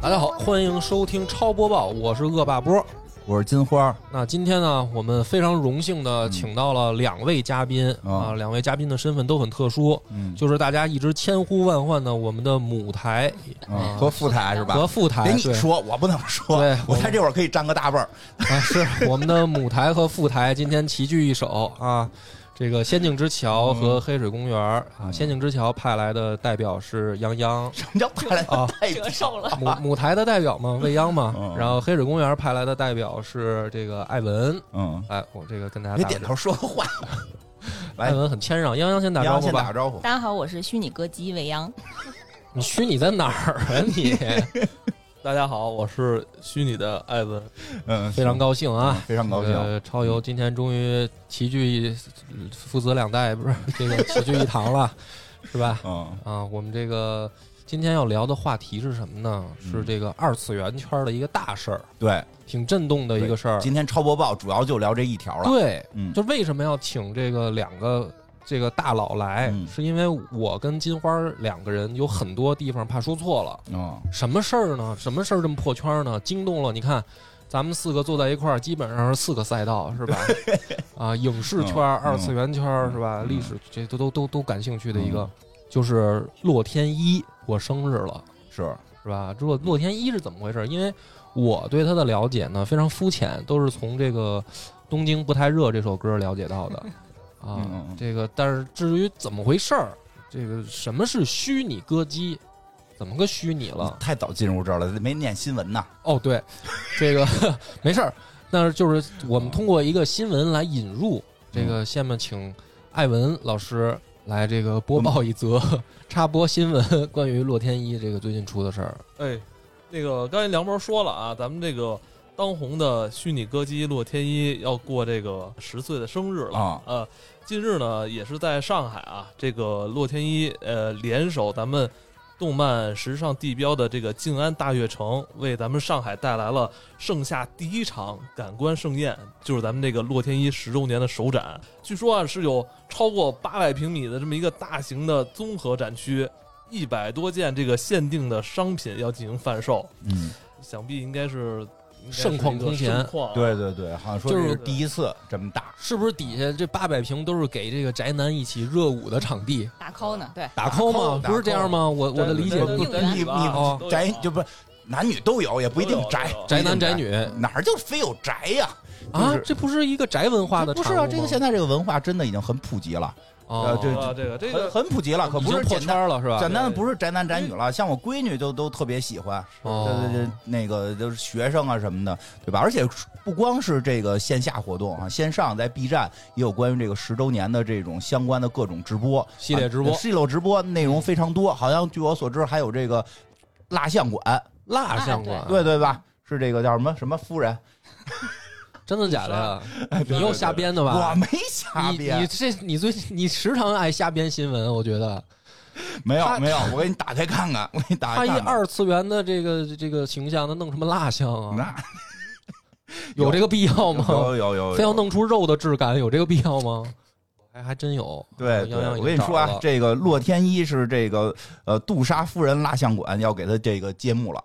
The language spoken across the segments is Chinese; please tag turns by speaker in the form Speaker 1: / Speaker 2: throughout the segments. Speaker 1: 大家好，欢迎收听超播报，我是恶霸波。
Speaker 2: 我是金花，
Speaker 1: 那今天呢，我们非常荣幸的请到了两位嘉宾、
Speaker 2: 嗯
Speaker 1: 啊，两位嘉宾的身份都很特殊，
Speaker 2: 嗯，
Speaker 1: 就是大家一直千呼万唤的我们的母台
Speaker 2: 嗯和副台是吧？
Speaker 1: 和副台，
Speaker 2: 别哎你
Speaker 1: 对
Speaker 2: 说，我不能说
Speaker 1: 对，
Speaker 2: 我在这会儿可以占个大腕儿。
Speaker 1: 啊，是我们的母台和副台今天齐聚一手啊。这个《仙境之桥》和《黑水公园》啊，
Speaker 2: 嗯
Speaker 1: 《仙境之桥》派来的代表是杨洋，
Speaker 2: 什么叫派来
Speaker 1: 啊
Speaker 2: 的代表
Speaker 3: 折寿了。
Speaker 1: 母母台的代表嘛，未央嘛
Speaker 2: 嗯。
Speaker 1: 然后《黑水公园》派来的代表是这个艾文，
Speaker 2: 嗯，
Speaker 1: 哎，我这个跟大家
Speaker 2: 你
Speaker 1: 打个
Speaker 2: 点头说个话。来
Speaker 1: 艾文很谦让，杨洋先打
Speaker 2: 杨
Speaker 1: 招
Speaker 2: 洋
Speaker 1: 呼
Speaker 2: 先打
Speaker 1: 吧
Speaker 2: 个。招呼。
Speaker 3: 大家好，我是虚拟歌姬未央。
Speaker 1: 你虚拟在哪儿啊你？
Speaker 4: 大家好，我是虚拟的艾文。
Speaker 2: 嗯，
Speaker 1: 非常高兴啊！
Speaker 2: 非常高兴。
Speaker 1: 呃，超游今天终于齐聚一父子两代，不是这个齐聚一堂了，是吧？
Speaker 2: 嗯
Speaker 1: 啊，我们这个今天要聊的话题是什么呢？
Speaker 2: 嗯
Speaker 1: 是这个二次元圈的一个大事儿，
Speaker 2: 对，
Speaker 1: 挺震动的一个事儿。
Speaker 2: 今天超播报主要就聊这一条了。
Speaker 1: 对，
Speaker 2: 嗯
Speaker 1: 就为什么要请这个两个这个大佬来，
Speaker 2: 嗯
Speaker 1: 是因为我跟金花两个人有很多地方怕说错了。
Speaker 2: 嗯，
Speaker 1: 什么事儿呢？什么事儿这么破圈呢？惊动了，你看，咱们四个坐在一块儿，基本上是四个赛道， 是吧？啊，影视圈、
Speaker 2: 嗯
Speaker 1: 二次元圈，是吧？
Speaker 2: 嗯
Speaker 1: 历史这都都都都感兴趣的一个，就是洛天依过生日了，
Speaker 2: 是，
Speaker 1: 是吧？洛洛天依是怎么回事？因为我对他的了解呢非常肤浅，都是从这个《东京不太热》这首歌了解到的啊。
Speaker 2: 嗯嗯嗯
Speaker 1: 这个，但是至于怎么回事儿，这个什么是虚拟歌姬，怎么个虚拟了？
Speaker 2: 太早进入这儿了，没念新闻呢。
Speaker 1: 哦，对，这个 没事儿，但是就是我们通过一个新闻来引入这
Speaker 2: 嗯
Speaker 1: 个，下面请艾文老师来这个播报一则 插播新闻，关于洛天依这个最近出的事儿。
Speaker 4: 哎，那个刚才梁博说了啊，咱们这个当红的虚拟歌姬洛天依要过这个十岁的生日了
Speaker 2: 啊
Speaker 4: 呃，近日呢，也是在上海啊，这个洛天依呃联手咱们动漫时尚地标的这个静安大悦城，为咱们上海带来了盛夏第一场感官盛宴，就是咱们这个洛天依十周年的首展。据说啊是有超过八百平米的这么一个大型的综合展区，一百多件这个限定的商品要进行贩售，
Speaker 2: 嗯，
Speaker 4: 想必应该是应该是
Speaker 1: 盛况
Speaker 4: 一个
Speaker 1: 空前
Speaker 4: 盛况啊
Speaker 2: 对对对，好像说
Speaker 1: 就是
Speaker 2: 这是第一次这么大
Speaker 1: 是不是底下这八百平都是给这个宅男一起热舞的场地
Speaker 3: 打 call 呢？对，
Speaker 1: 打 call
Speaker 2: 打 call，
Speaker 1: 吗？不是这样吗？我我的理解
Speaker 4: 宅
Speaker 1: 不
Speaker 3: 对对对
Speaker 4: 男
Speaker 2: 你
Speaker 4: 宅女
Speaker 1: 哦
Speaker 4: 吧都有
Speaker 2: 宅就不是男女都有，也不一定
Speaker 4: 都有
Speaker 2: 宅
Speaker 4: 都有
Speaker 1: 宅男宅女
Speaker 2: 哪儿就非有宅呀？
Speaker 1: 啊
Speaker 2: 就，是
Speaker 1: 这不是一个宅文化的
Speaker 2: 不
Speaker 1: 产
Speaker 2: 是
Speaker 1: 物
Speaker 2: 啊，
Speaker 1: 吗
Speaker 2: 这个现在这个文化真的已经很普及了，
Speaker 1: 哦
Speaker 2: 这
Speaker 4: 啊，这个这
Speaker 2: 很
Speaker 4: 个
Speaker 2: 很普及了，可
Speaker 1: 已
Speaker 2: 不
Speaker 1: 经
Speaker 2: 是
Speaker 1: 破
Speaker 2: 简单
Speaker 1: 圈了是吧？
Speaker 2: 简单的不是宅男宅女了，像我闺女就都特别喜欢，
Speaker 1: 哦
Speaker 2: 对对对，那个就是学生啊什么的，对吧？而且不光是这个线下活动啊，线上在 B 站也有关于这个十周年的这种相关的各种直播
Speaker 1: 系列直播
Speaker 2: 啊系列直播内容非常多，好像据我所知还有这个蜡像馆，
Speaker 1: 蜡像馆，
Speaker 2: 哎对对吧？是这个叫什么什么夫人，
Speaker 1: 真的假的
Speaker 2: 哎
Speaker 1: 呀？你又瞎编的吧？
Speaker 2: 我没瞎
Speaker 1: 你你
Speaker 2: 编，
Speaker 1: 这你最你时常爱瞎编新闻，我觉得
Speaker 2: 没有
Speaker 1: 他
Speaker 2: 没有，我给你打开看看，我给你
Speaker 1: 他
Speaker 2: 打开
Speaker 1: 一
Speaker 2: 看看。
Speaker 1: 二次元的这个这个形象，他弄什么蜡像啊？
Speaker 2: 那
Speaker 1: 有这个必要吗？
Speaker 2: 有有有，
Speaker 1: 哦 非要弄出肉的质感，有这个必要吗？还还真有。
Speaker 2: 对，
Speaker 1: 杨
Speaker 2: 对
Speaker 1: 洋已经
Speaker 2: 我跟你说
Speaker 1: 找
Speaker 2: 啊
Speaker 1: 了，
Speaker 2: 这个洛天依是这个呃杜莎夫人蜡像馆要给他这个揭幕了。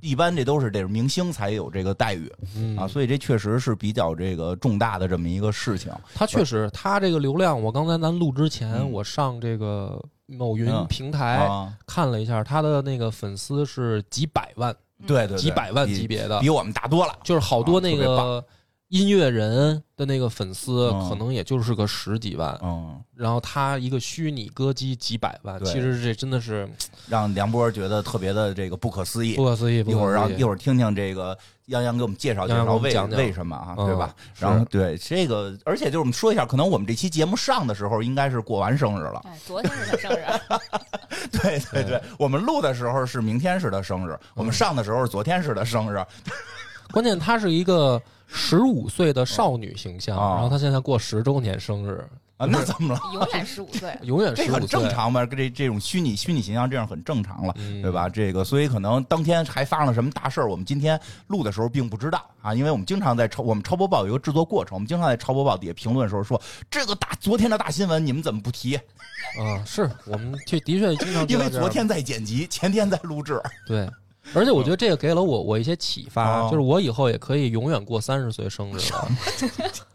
Speaker 2: 一般这都是这种明星才有这个待遇
Speaker 1: 嗯
Speaker 2: 啊，所以这确实是比较这个重大的这么一个事情。
Speaker 1: 他确实，他这个流量，我刚才咱录之前，
Speaker 2: 嗯
Speaker 1: 我上这个某云
Speaker 2: 嗯
Speaker 1: 平台
Speaker 2: 啊，
Speaker 1: 看了一下，他的那个粉丝是几百万、
Speaker 2: 对对，对
Speaker 1: 几百万
Speaker 2: 比
Speaker 1: 级别的，
Speaker 2: 比我们大多了。
Speaker 1: 就是好多
Speaker 2: 啊
Speaker 1: 那
Speaker 2: 特别
Speaker 1: 个音乐人的那个粉丝，
Speaker 2: 嗯
Speaker 1: 可能也就是个十几万。
Speaker 2: 嗯，
Speaker 1: 然后他一个虚拟歌姬几百万，
Speaker 2: 对
Speaker 1: 其实这真的是
Speaker 2: 让梁波觉得特别的这个不可思议
Speaker 1: 不。可思议。不
Speaker 2: 一
Speaker 1: 可思议
Speaker 2: 会儿让一会儿听听这个泱泱给我们介绍介
Speaker 1: 泱泱给
Speaker 2: 绍
Speaker 1: 我们
Speaker 2: 为
Speaker 1: 讲讲
Speaker 2: 为什么啊，
Speaker 1: 嗯
Speaker 2: 对吧？
Speaker 1: 是
Speaker 2: 然后对这个，而且就是我们说一下，可能我们这期节目上的时候应该是过完生日了。
Speaker 3: 哎，昨天是他生日，
Speaker 2: 对对
Speaker 1: 对
Speaker 2: 对，我们录的时候是明天是他生
Speaker 1: 嗯
Speaker 2: 日，我们上的时候是昨天是他生日，啊
Speaker 1: 关键她是一个十五岁的少女形象，
Speaker 2: 啊
Speaker 1: 然后她现在过十周年生日，
Speaker 2: 啊，那怎 么了？
Speaker 3: 永远十五岁。
Speaker 1: 永远
Speaker 2: 这
Speaker 1: 十
Speaker 2: 很
Speaker 1: 五岁
Speaker 2: 正，常吧？这这种虚拟虚拟形象这样很正常了，
Speaker 1: 嗯
Speaker 2: 对？吧？这个，所以可能当天还发生了什么大事儿，我们今天录的时候并不知道啊，因为我们经常在超我们超播报有一个制作过程，我们经常在超播报底下评论的时候说这个大昨天的大新闻你们怎么 不提？
Speaker 1: 啊，是我们确的确经常
Speaker 2: 因为
Speaker 1: 知道这样啊
Speaker 2: 昨天在剪辑，前天在录制，
Speaker 1: 对。而且我觉得这个给了我我一些启发，
Speaker 2: 哦
Speaker 1: 就是我以后也可以永远过三十岁生日了，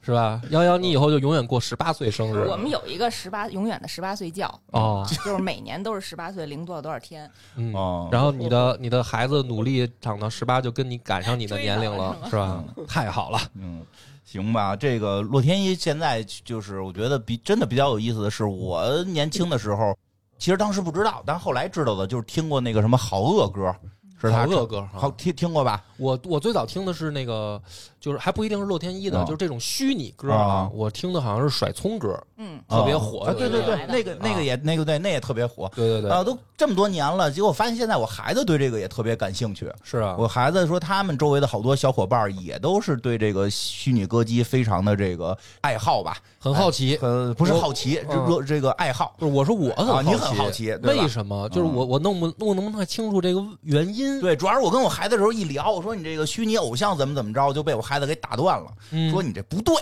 Speaker 1: 是吧？幺幺，你以后就永远过十八岁生日
Speaker 3: 我们有一个十八永远的十八岁觉，
Speaker 1: 哦，
Speaker 3: 就是每年都是十八岁零多少多少天，
Speaker 1: 嗯。
Speaker 2: 哦，
Speaker 1: 然后你的你的孩子努力长到十八，就跟你赶上你的年龄了，是吧？太好了，
Speaker 2: 嗯，行吧，这个洛天依现在就是我觉得比真的比较有意思的是，我年轻的时候其实当时不知道，但后来知道的就是听过那个什么好恶歌，是他
Speaker 1: 好恶歌
Speaker 2: 嗯好
Speaker 1: 哈。
Speaker 2: 听听过吧？
Speaker 1: 我我最早听的是那个，就是还不一定是洛天依的，
Speaker 2: 啊
Speaker 1: 就是这种虚拟歌
Speaker 2: 啊
Speaker 1: 啊。我听的好像是甩葱歌，
Speaker 3: 嗯，
Speaker 1: 特别火
Speaker 2: 啊，对对对，
Speaker 3: 有一个
Speaker 2: 那个那个也那个对，那也特别火。
Speaker 1: 对对对，
Speaker 2: 啊，都这么多年了，结果发现现在我孩子对这个也特别感兴趣。
Speaker 1: 是啊，
Speaker 2: 我孩子说，他们周围的好多小伙伴儿也都是对这个虚拟歌姬非常的这个爱好吧，
Speaker 1: 很好奇。
Speaker 2: 呃，不是
Speaker 1: 我
Speaker 2: 好奇，这
Speaker 1: 嗯
Speaker 2: 个这个爱好。
Speaker 1: 不是，我说我很
Speaker 2: 啊
Speaker 1: 好
Speaker 2: 你很好奇对吧嗯
Speaker 1: 为什么？就是我我弄不弄能不弄清楚这个原因？
Speaker 2: 对，主要是我跟我孩子的时候一聊，我说你这个虚拟偶像怎么怎么着，就被我孩子给打断了，
Speaker 1: 嗯
Speaker 2: 说你这不对，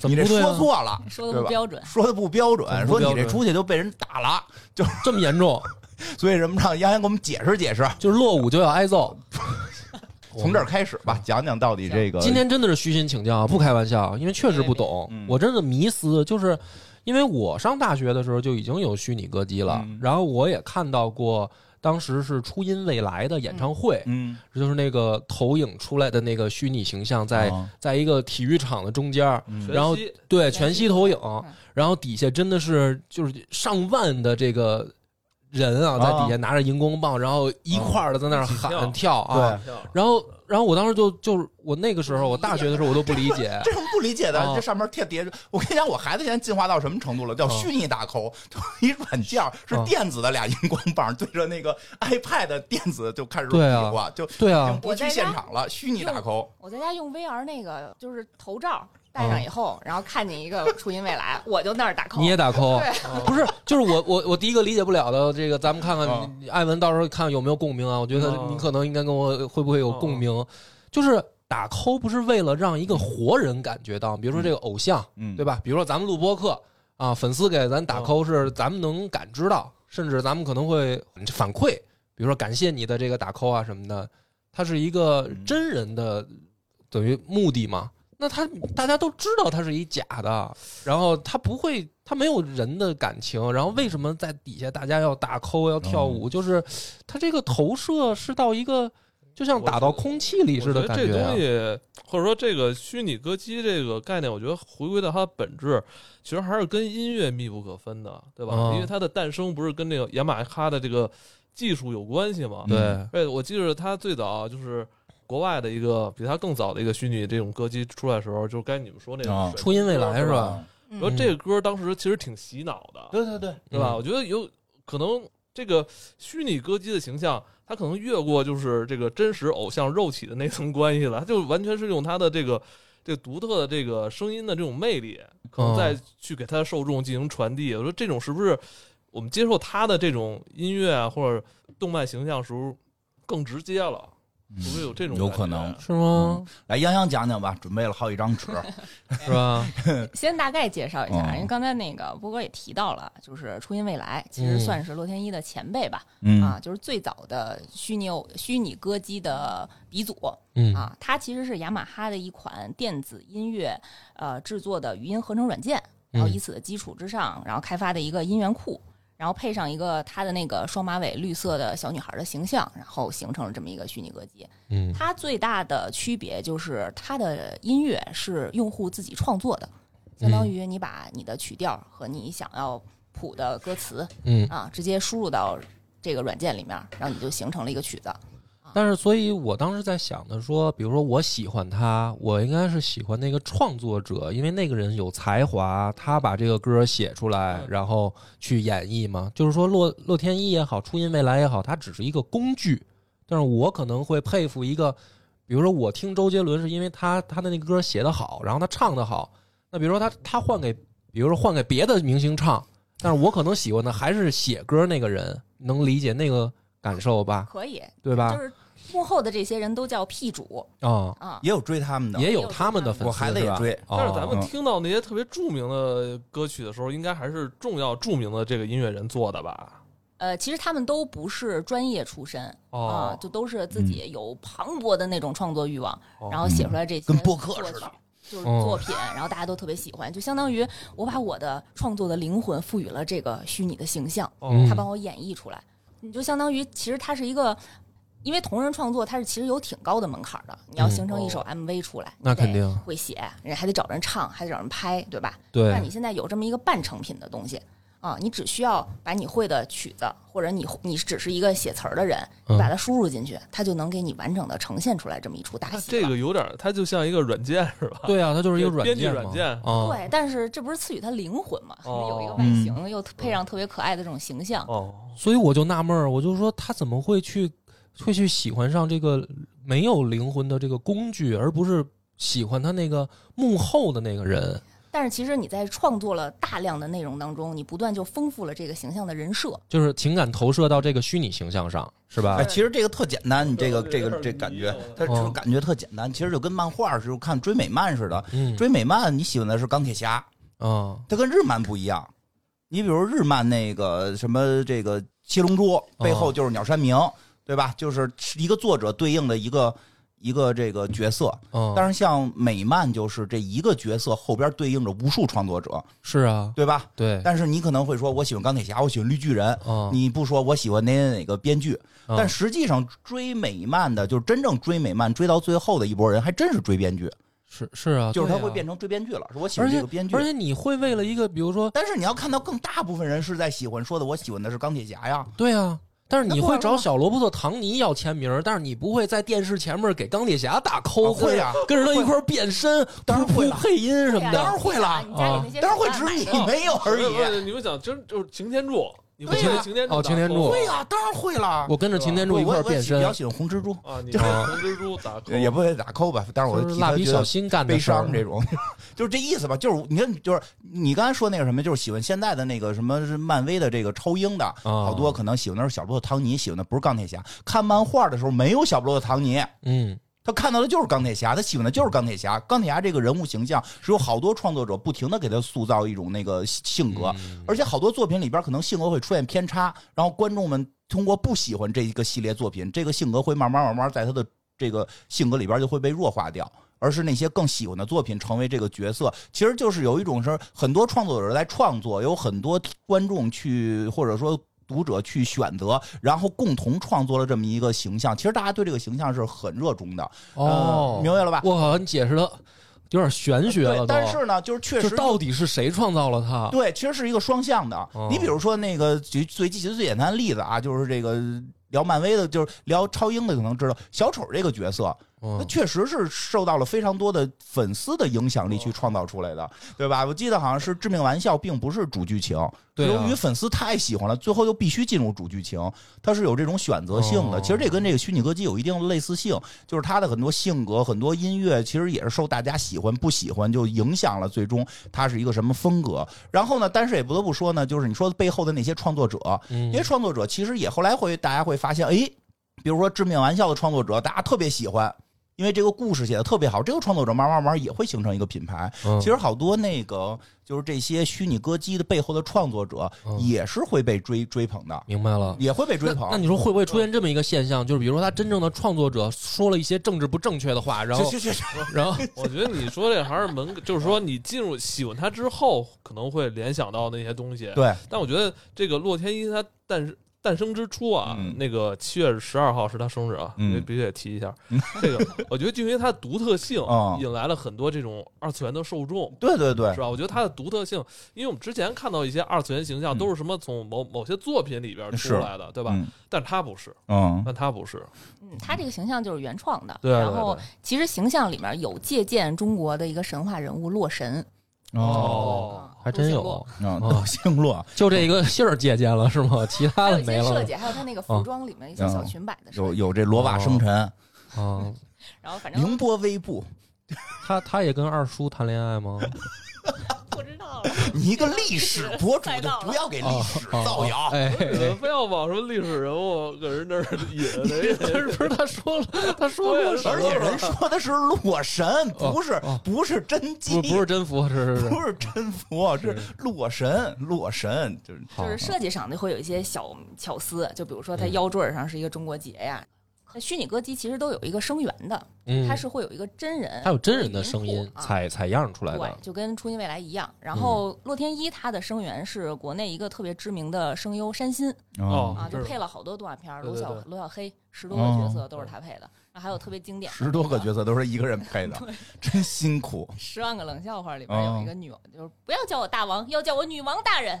Speaker 1: 怎
Speaker 2: 你
Speaker 1: 么
Speaker 2: 这
Speaker 1: 不对啊
Speaker 2: 说错了，
Speaker 3: 说的
Speaker 2: 对吧
Speaker 3: 不标准，
Speaker 2: 说的不标准，
Speaker 1: 怎么
Speaker 2: 说
Speaker 1: 不
Speaker 2: 你
Speaker 1: 标
Speaker 2: 这
Speaker 1: 准
Speaker 2: 出去就被人打了，
Speaker 1: 这么严重，
Speaker 2: 所以什么让杨洋给我们解释解释，
Speaker 1: 就是落伍就要挨揍。
Speaker 2: 从这儿开始吧，讲讲到底这个
Speaker 1: 嗯今天真的是虚心请教，啊不开玩笑，因为确实不懂
Speaker 2: 别别嗯，
Speaker 1: 我真的迷思，就是因为我上大学的时候就已经有虚拟歌姬了
Speaker 2: 嗯，
Speaker 1: 然后我也看到过。当时是初音未来的演唱会，
Speaker 2: 嗯
Speaker 1: 就是那个投影出来的那个虚拟形象在，
Speaker 2: 啊
Speaker 1: 在一个体育场的中间儿，
Speaker 2: 嗯
Speaker 1: 然后
Speaker 4: 全息
Speaker 1: 对
Speaker 3: 全
Speaker 1: 全息
Speaker 3: 息
Speaker 1: 投影
Speaker 3: 嗯，
Speaker 1: 然后底下真的是就是上万的这个人啊，在底下拿着荧光棒，然后一块儿的在那儿
Speaker 4: 一
Speaker 1: 喊
Speaker 4: 起
Speaker 1: 跳啊。
Speaker 2: 对，
Speaker 1: 然后，然后我当时就就是我那个时候，我大学的时候我都不理 解，
Speaker 2: 这是不理解的，
Speaker 1: 哦
Speaker 2: 这上面贴叠着。我跟你讲，我孩子现在进化到什么程度了？叫
Speaker 1: 哦
Speaker 2: 虚拟打扣，就一软件儿是
Speaker 1: 哦
Speaker 2: 电子的俩荧光棒对着那个 iPad 电子就开始比
Speaker 1: 对啊
Speaker 2: 划，就已
Speaker 1: 对
Speaker 2: 经
Speaker 1: 啊，
Speaker 2: 不去现场了，虚拟打扣。
Speaker 3: 我在家用 VR 那个就是头罩戴上以后，然后看见一个初音未 来，我就那儿打 call，
Speaker 1: 你也打 call，
Speaker 3: 对
Speaker 1: 哎
Speaker 4: 啊
Speaker 1: 不是，就是我我我第一个理解不了的这个，咱们看
Speaker 2: 哦
Speaker 1: 看艾文到时候看有没有共鸣啊？我觉得
Speaker 4: 哦
Speaker 1: 你可能应该跟我会不会有共鸣，就是打 call 不是为了让一个活人感觉到，比如说这个偶像，
Speaker 2: 嗯
Speaker 1: 对吧？比如说咱们录播客啊，粉丝给咱
Speaker 4: 嗯
Speaker 1: 打 call 是咱们能感知到，甚至咱们可能会反馈，比如说感谢你的这个打 call 啊什么的，它是一个
Speaker 2: 嗯
Speaker 1: 真人的等于目的嘛。那他大家都知道他是一假的，然后他不会，他没有人的感情，然后为什么在底下大家要打 call 要
Speaker 4: 嗯
Speaker 1: 跳舞？就是他这个投射是到一个，就像打到空气里似的
Speaker 4: 我
Speaker 1: 感
Speaker 4: 觉得
Speaker 1: 觉
Speaker 4: 这
Speaker 1: 啊、
Speaker 4: 东西，或者说这个虚拟歌姬这个概念，我觉得回归到它的本质，其实还是跟音乐密不可分的，对吧？
Speaker 1: 嗯
Speaker 4: 因为它的诞生不是跟这个雅马哈的这个技术有关系嘛？
Speaker 1: 嗯对，
Speaker 4: 对，我记得它最早就是国外的一个比它更早的一个虚拟这种歌姬出来的时候，就该你们说那
Speaker 2: 啊
Speaker 4: 个水
Speaker 1: 初音未来是
Speaker 4: 是
Speaker 1: 吧？？
Speaker 3: 嗯
Speaker 4: 然后这个歌当时其实挺洗脑的，
Speaker 2: 对嗯对对，
Speaker 4: 对吧？我觉得有可能这个虚拟歌姬的形象，它可能越过就是这个真实偶像肉体的那层关系了，它就完全是用它的这个这个独特的这个声音的这种魅力，可能
Speaker 2: 嗯
Speaker 4: 再去给它的受众进行传递。我说这种是不是我们接受它的这种音乐啊或者动漫形象时候更直接了？会不会有这种
Speaker 2: 有
Speaker 4: 感
Speaker 2: 可
Speaker 4: 觉啊
Speaker 2: 能
Speaker 1: 是吗？
Speaker 2: 来，洋洋讲讲吧，准备了好几张 纸，
Speaker 4: 嗯
Speaker 1: 是吧？
Speaker 3: 先大概介绍一下，
Speaker 2: 嗯
Speaker 3: 因为刚才那个波哥也提到了，就是初音未来其
Speaker 1: 嗯
Speaker 3: 实算是洛天依的前辈吧，
Speaker 2: 嗯
Speaker 3: 啊，就是最早的虚拟偶虚拟歌姬的鼻祖
Speaker 1: 嗯
Speaker 3: 啊。它其实是雅马哈的一款电子音乐呃制作的语音合成软件，
Speaker 1: 嗯
Speaker 3: 然后以此的基础之上，然后开发的一个音源库。然后配上一个她的那个双马尾绿色的小女孩的形象，然后形成了这么一个虚拟歌姬。
Speaker 1: 嗯
Speaker 3: 它最大的区别就是它的音乐是用户自己创作的，
Speaker 1: 嗯
Speaker 3: 相当于你把你的曲调和你想要谱的歌词
Speaker 1: 嗯。
Speaker 3: 啊，直接输入到这个软件里面，然后你就形成了一个曲子。
Speaker 1: 但是，所以我当时在想的说，比如说我喜欢他，我应该是喜欢那个创作者，因为那个人有才华，他把这个歌写出来，
Speaker 4: 嗯
Speaker 1: 然后去演绎嘛。就是说洛，洛天依也好，初音未来也好，它只是一个工具。但是我可能会佩服一个，比如说我听周杰伦是因为他他的那个歌写得好，然后他唱得好。那比如说他他换给，比如说换给别的明星唱，但是我可能喜欢的还是写歌那个人，能理解那个感受吧？
Speaker 3: 可以，
Speaker 1: 对吧？
Speaker 3: 就是幕后的这些人都叫 P 主
Speaker 1: 啊、
Speaker 3: 啊，
Speaker 2: 也有追他们的，
Speaker 1: 也有他们的粉丝，
Speaker 2: 我孩子也
Speaker 1: 是吧
Speaker 2: 追
Speaker 1: 哦
Speaker 4: 但是咱们
Speaker 2: 嗯
Speaker 4: 听到那些特别著名的歌曲的时候，应该还是重要著名的这个音乐人做的吧？
Speaker 3: 呃，其实他们都不是专业出身啊、
Speaker 4: 哦，
Speaker 3: 就都是自己有磅礴的那种创作欲望，
Speaker 4: 哦
Speaker 3: 然后写出来这些
Speaker 2: 跟播客似的
Speaker 3: 作曲，就是
Speaker 1: 哦
Speaker 3: 作品，然后大家都特别喜欢，就相当于我把我的创作的灵魂赋予了这个虚拟的形象，
Speaker 1: 嗯
Speaker 3: 他帮我演绎出来，你就相当于其实它是一个。因为同人创作，它是其实有挺高的门槛的。你要
Speaker 1: 嗯
Speaker 3: 形成一首
Speaker 4: 哦
Speaker 3: MV 出来，
Speaker 1: 那
Speaker 3: 你得
Speaker 1: 肯定
Speaker 3: 会写，人还得找人唱，还得找人拍，对吧？那你
Speaker 1: 对，
Speaker 3: 现在有这么一个半成品的东西啊，你只需要把你会的曲子，或者你你只是一个写词儿的人，
Speaker 1: 嗯
Speaker 3: 你把它输入进去，它就能给你完整的呈现出来这么一出大
Speaker 2: 哎
Speaker 4: 它
Speaker 3: 戏
Speaker 4: 这
Speaker 3: 了。
Speaker 4: 个有点儿，它就像一个软件是吧？
Speaker 1: 对啊，它就是一个
Speaker 4: 对
Speaker 1: 软
Speaker 4: 编辑
Speaker 1: 件嘛，
Speaker 4: 软件
Speaker 1: 啊，
Speaker 3: 对，但是这不是赐予它灵魂嘛？
Speaker 4: 哦
Speaker 3: 有一个外
Speaker 1: 嗯
Speaker 3: 形，又配上特别可爱的这种形象，
Speaker 4: 哦，
Speaker 1: 所以我就纳闷儿，我就说他怎么会去会去喜欢上这个没有灵魂的这个工具，而不是喜欢他那个幕后的那个人？
Speaker 3: 但是其实你在创作了大量的内容当中，你不断就丰富了这个形象的人设。
Speaker 1: 就是情感投射到这个虚拟形象上，是吧
Speaker 2: 哎，？其实这个特简单，你这个这
Speaker 4: 对
Speaker 2: 个
Speaker 4: 有点
Speaker 2: 这
Speaker 4: 儿
Speaker 2: 感
Speaker 4: 迷
Speaker 2: 觉
Speaker 4: 了，
Speaker 2: 它这
Speaker 1: 哦
Speaker 2: 种感觉特简单，其实就跟漫画似的，看追美漫似的。
Speaker 1: 嗯
Speaker 2: 追美漫你喜欢的是钢铁侠，
Speaker 1: 啊，
Speaker 2: 它跟日漫不一样。你比如日漫那个什么这个《七龙珠》
Speaker 1: 哦
Speaker 2: 背后就是鸟山明，对吧？就是一个作者对应的一个一个这个角色。
Speaker 1: 嗯，
Speaker 2: 但是像美漫就是这一个角色后边对应着无数创作者，
Speaker 1: 是啊，
Speaker 2: 对吧？
Speaker 1: 对，
Speaker 2: 但是你可能会说，我喜欢钢铁侠，我喜欢绿巨人。
Speaker 1: 啊，
Speaker 2: 你不说我喜欢哪哪哪个编剧，
Speaker 1: 嗯
Speaker 2: 但实际上追美漫的，就是真正追美漫追到最后的一波人，还真是追编剧，
Speaker 1: 是是啊，
Speaker 2: 就是他
Speaker 1: 对啊
Speaker 2: 会变成追编剧了，说我喜
Speaker 1: 而
Speaker 2: 欢
Speaker 1: 且
Speaker 2: 这个编剧
Speaker 1: 而。且你会为了一个，比如说，
Speaker 2: 但是你要看到更大部分人是在喜欢说的，我喜欢的是钢铁侠呀，
Speaker 1: 对啊，但是你
Speaker 2: 那不
Speaker 1: 会
Speaker 2: 玩
Speaker 1: 找
Speaker 2: 吗
Speaker 1: 小罗伯特·唐尼要签名儿，但是你不会在电视前面给钢铁侠打 call，
Speaker 2: 啊会啊
Speaker 1: 跟着跟着他一块儿变身，
Speaker 2: 当然
Speaker 1: 噗
Speaker 2: 会
Speaker 1: 噗
Speaker 2: 了
Speaker 1: 配音什么
Speaker 2: 当然
Speaker 1: 的，
Speaker 2: 会了
Speaker 3: 啊你家里
Speaker 1: 嗯
Speaker 3: 那些
Speaker 2: 当然会
Speaker 3: 手
Speaker 2: 只
Speaker 3: 办
Speaker 2: 是
Speaker 3: 买的
Speaker 2: 你没有而
Speaker 4: 不是不
Speaker 2: 已。
Speaker 4: 是你们想，真就是擎天柱，你会
Speaker 2: 对
Speaker 4: 觉
Speaker 2: 呀
Speaker 4: 得擎天柱
Speaker 1: 哦
Speaker 4: 打
Speaker 1: 擎天柱
Speaker 4: 扣
Speaker 2: 会呀，当然会了。
Speaker 1: 我跟着擎天柱一块儿变身
Speaker 2: 啊
Speaker 1: 哦
Speaker 2: 我我我比较喜欢红蜘蛛，
Speaker 4: 啊，你是红蜘蛛 打扣，
Speaker 2: 也不会打扣吧，但是我
Speaker 1: 就是
Speaker 2: 替
Speaker 1: 蜡
Speaker 2: 他
Speaker 1: 笔
Speaker 2: 觉
Speaker 1: 小
Speaker 2: 得
Speaker 1: 新干的
Speaker 2: 悲
Speaker 1: 事儿啊
Speaker 2: 伤这种， 就是这意思吧。就是你看，就是你刚才说那个什么，就是喜欢现在的那个什么是漫威的这个超英
Speaker 1: 啊
Speaker 2: 的，好多可能喜欢的是小罗伯特·唐尼，喜欢的不是钢铁侠。看漫画的时候没有小罗伯特·唐尼，
Speaker 1: 嗯，
Speaker 2: 他看到的就是钢铁侠，他喜欢的就是钢铁侠。钢铁侠这个人物形象是有好多创作者不停的给他塑造一种那个性
Speaker 1: 嗯
Speaker 2: 格，而且好多作品里边可能性格会出现偏差，然后观众们通过不喜欢这一个系列作品，这个性格会慢慢慢慢在他的这个性格里边就会被弱化掉。而是那些更喜欢的作品成为这个角色，其实就是有一种是很多创作者在创作，有很多观众去或者说读者去选择，然后共同创作了这么一个形象。其实大家对这个形象是很热衷的，
Speaker 1: 哦
Speaker 2: 呃，明白了吧？
Speaker 1: 我啊好像解释的有点玄学了
Speaker 2: 对，
Speaker 1: 都，
Speaker 2: 但是呢，就是确
Speaker 1: 就
Speaker 2: 实
Speaker 1: 到底是谁创造了他？
Speaker 2: 对，其实是一个双向的
Speaker 1: 啊
Speaker 2: 啊
Speaker 1: 哦。
Speaker 2: 你比如说那个举最举最简单的例子啊，就是这个聊漫威的，就是聊超英的，可能知道小丑这个角色，
Speaker 1: 嗯
Speaker 2: 那确实是受到了非常多的粉丝的影响力
Speaker 1: 嗯
Speaker 2: 去创造出来的，对吧？我记得好像是《致命玩笑》并不是主剧情，
Speaker 1: 对啊
Speaker 2: 由于粉丝太喜欢了，最后又必须进入主剧情，它是有这种选择性
Speaker 1: 哦
Speaker 2: 的。其实这跟这个虚拟歌姬有一定的类似性，就是它的很多性格、很多音乐，其实也是受大家喜欢不喜欢就影响了最终它是一个什么风格。然后呢，但是也不得不说呢，就是你说背后的那些创作者，
Speaker 1: 嗯
Speaker 2: 因为创作者其实也后来会大家会发现，哎，比如说《致命玩笑》的创作者，大家特别喜欢，因为这个故事写的特别好，这个创作者慢慢慢慢也会形成一个品牌。
Speaker 1: 嗯
Speaker 2: 其实好多那个就是这些虚拟歌姬的背后的创作者
Speaker 1: 嗯，
Speaker 2: 也是会被追追捧的，
Speaker 1: 明白了。
Speaker 2: 也会被追
Speaker 1: 那那
Speaker 2: 捧。嗯
Speaker 1: 你说会不会出现这么一个现象？就是比如说他真正的创作者说了一些政治不正确的话，然后
Speaker 2: 去去去，
Speaker 1: 然后
Speaker 4: 我觉得你说这还是门，就是说你进入喜欢他之后，可能会联想到那些东西。
Speaker 2: 对，
Speaker 4: 但我觉得这个洛天依他诞生诞生之初啊，
Speaker 2: 嗯
Speaker 4: 那个七月十二号是他生日啊，
Speaker 2: 嗯
Speaker 4: 必必须得提一下。
Speaker 2: 嗯
Speaker 4: 这个我觉得就因为它的独 特性
Speaker 2: 哦，
Speaker 4: 引来了很多这种二次元的受众。
Speaker 2: 对对对
Speaker 4: 是，吧？我觉得它的独特性，因为我们之前看到一些二次元形象
Speaker 2: 嗯
Speaker 4: 都是什么从某某些作品里边出
Speaker 2: 是
Speaker 4: 来的，对吧？
Speaker 2: 嗯
Speaker 4: 但他不是，
Speaker 2: 嗯，
Speaker 4: 但他不是，
Speaker 3: 嗯，他这个形象就是原创的。
Speaker 1: 啊
Speaker 4: 对对
Speaker 3: 然后
Speaker 4: 对
Speaker 3: 其实形象里面有借鉴中国的一个神话人物洛神，
Speaker 1: 哦
Speaker 3: 啊
Speaker 1: 还真
Speaker 3: 陆行
Speaker 1: 有
Speaker 3: 洛，
Speaker 2: 嗯，都姓洛，
Speaker 1: 就这一个信儿借鉴了是 吗？哦其他
Speaker 3: 还有
Speaker 1: 的
Speaker 3: 一
Speaker 1: 没
Speaker 3: 些
Speaker 1: 了
Speaker 3: 设计，还有他那个服装里面一些小裙摆的设
Speaker 2: 哦有
Speaker 3: 计，
Speaker 2: 有这罗瓦生辰，
Speaker 1: 啊。
Speaker 3: 然后反正
Speaker 2: 凌波微步，
Speaker 1: 他他也跟二叔谈恋爱吗？
Speaker 3: 不 知道了。
Speaker 2: 你一个历史博主
Speaker 3: 猜
Speaker 2: 就
Speaker 3: 到了
Speaker 2: 不要给历史
Speaker 1: 哦
Speaker 2: 造谣。
Speaker 1: 哎，
Speaker 4: 呃非要往什么历史人物搁人那儿 引，人家
Speaker 1: 但是不是他说了，他说过什
Speaker 2: 而
Speaker 1: 么
Speaker 2: 且
Speaker 1: 了？
Speaker 2: 人说的是洛神，不是
Speaker 1: 哦
Speaker 2: 不是真
Speaker 1: 不
Speaker 2: 姬，
Speaker 1: 不是真服，是是
Speaker 2: 不
Speaker 1: 是，
Speaker 2: 是真佛，是
Speaker 1: 是
Speaker 2: 洛神，洛神就是
Speaker 1: 好
Speaker 3: 就是设计上就会有一些小巧思，就比如说它
Speaker 1: 嗯
Speaker 3: 腰坠儿上是一个中国结呀。那虚拟歌姬其实都有一个声源的，
Speaker 1: 嗯
Speaker 3: 它，是会有一个真人，
Speaker 1: 他有真人的声
Speaker 3: 有
Speaker 1: 音
Speaker 3: 一个音符啊
Speaker 1: 采采样出来
Speaker 3: 对
Speaker 1: 的，，嗯
Speaker 3: 就跟初音未来一样。然后洛天依她的声源是国内一个特别知名的声优山新
Speaker 4: 哦
Speaker 3: 啊，
Speaker 4: 知
Speaker 3: 就
Speaker 4: 道
Speaker 3: 配了好多动画片儿，
Speaker 4: 对
Speaker 3: 罗
Speaker 4: 对
Speaker 3: 小
Speaker 4: 对
Speaker 3: 罗小黑十多个角
Speaker 2: 哦
Speaker 3: 色都是他配的，然后还有特别经典的
Speaker 2: 十多个
Speaker 3: 那
Speaker 2: 角色都是一个人配的，真辛苦。
Speaker 3: 十万个冷笑话里边有一个女王，就是不要叫我大王，要叫我女王大人。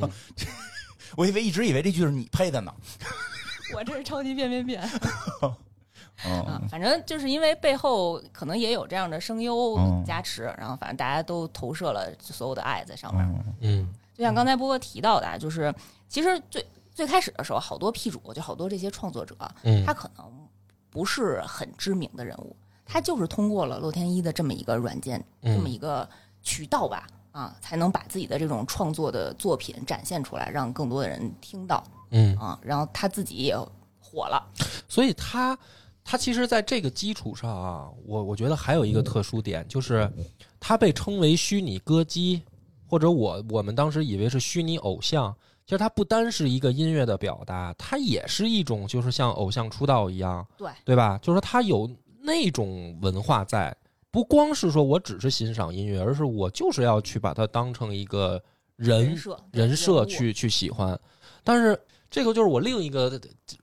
Speaker 1: 嗯
Speaker 2: 我以为一直以为这句是你配的呢。
Speaker 3: 我这是超级变变变啊
Speaker 2: 嗯！
Speaker 3: 反正就是因为背后可能也有这样的声优加持，然后反正大家都投射了所有的爱在上面。
Speaker 2: 嗯
Speaker 1: 嗯
Speaker 3: 就像刚才波波提到的，啊，就是其实最最开始的时候，好多 P 主就好多这些创作者，
Speaker 1: 嗯
Speaker 3: 他可能不是很知名的人物，他就是通过了洛天依的这么一个软件，这么
Speaker 1: 嗯
Speaker 3: 一个渠道吧，啊，才能把自己的这种创作的作品展现出来，让更多的人听到
Speaker 1: 嗯，
Speaker 3: 啊。然后他自己也火了，
Speaker 1: 所以他他其实在这个基础上啊，我我觉得还有一个特殊点，就是他被称为虚拟歌姬，或者我我们当时以为是虚拟偶像。其实它不单是一个音乐的表达，它也是一种就是像偶像出道一样，
Speaker 3: 对
Speaker 1: 对吧？就是说它有那种文化在，不光是说我只是欣赏音乐，而是我就是要去把它当成一个人
Speaker 3: 设
Speaker 1: 人设
Speaker 3: 物
Speaker 1: 去去喜欢。但是这个就是我另一个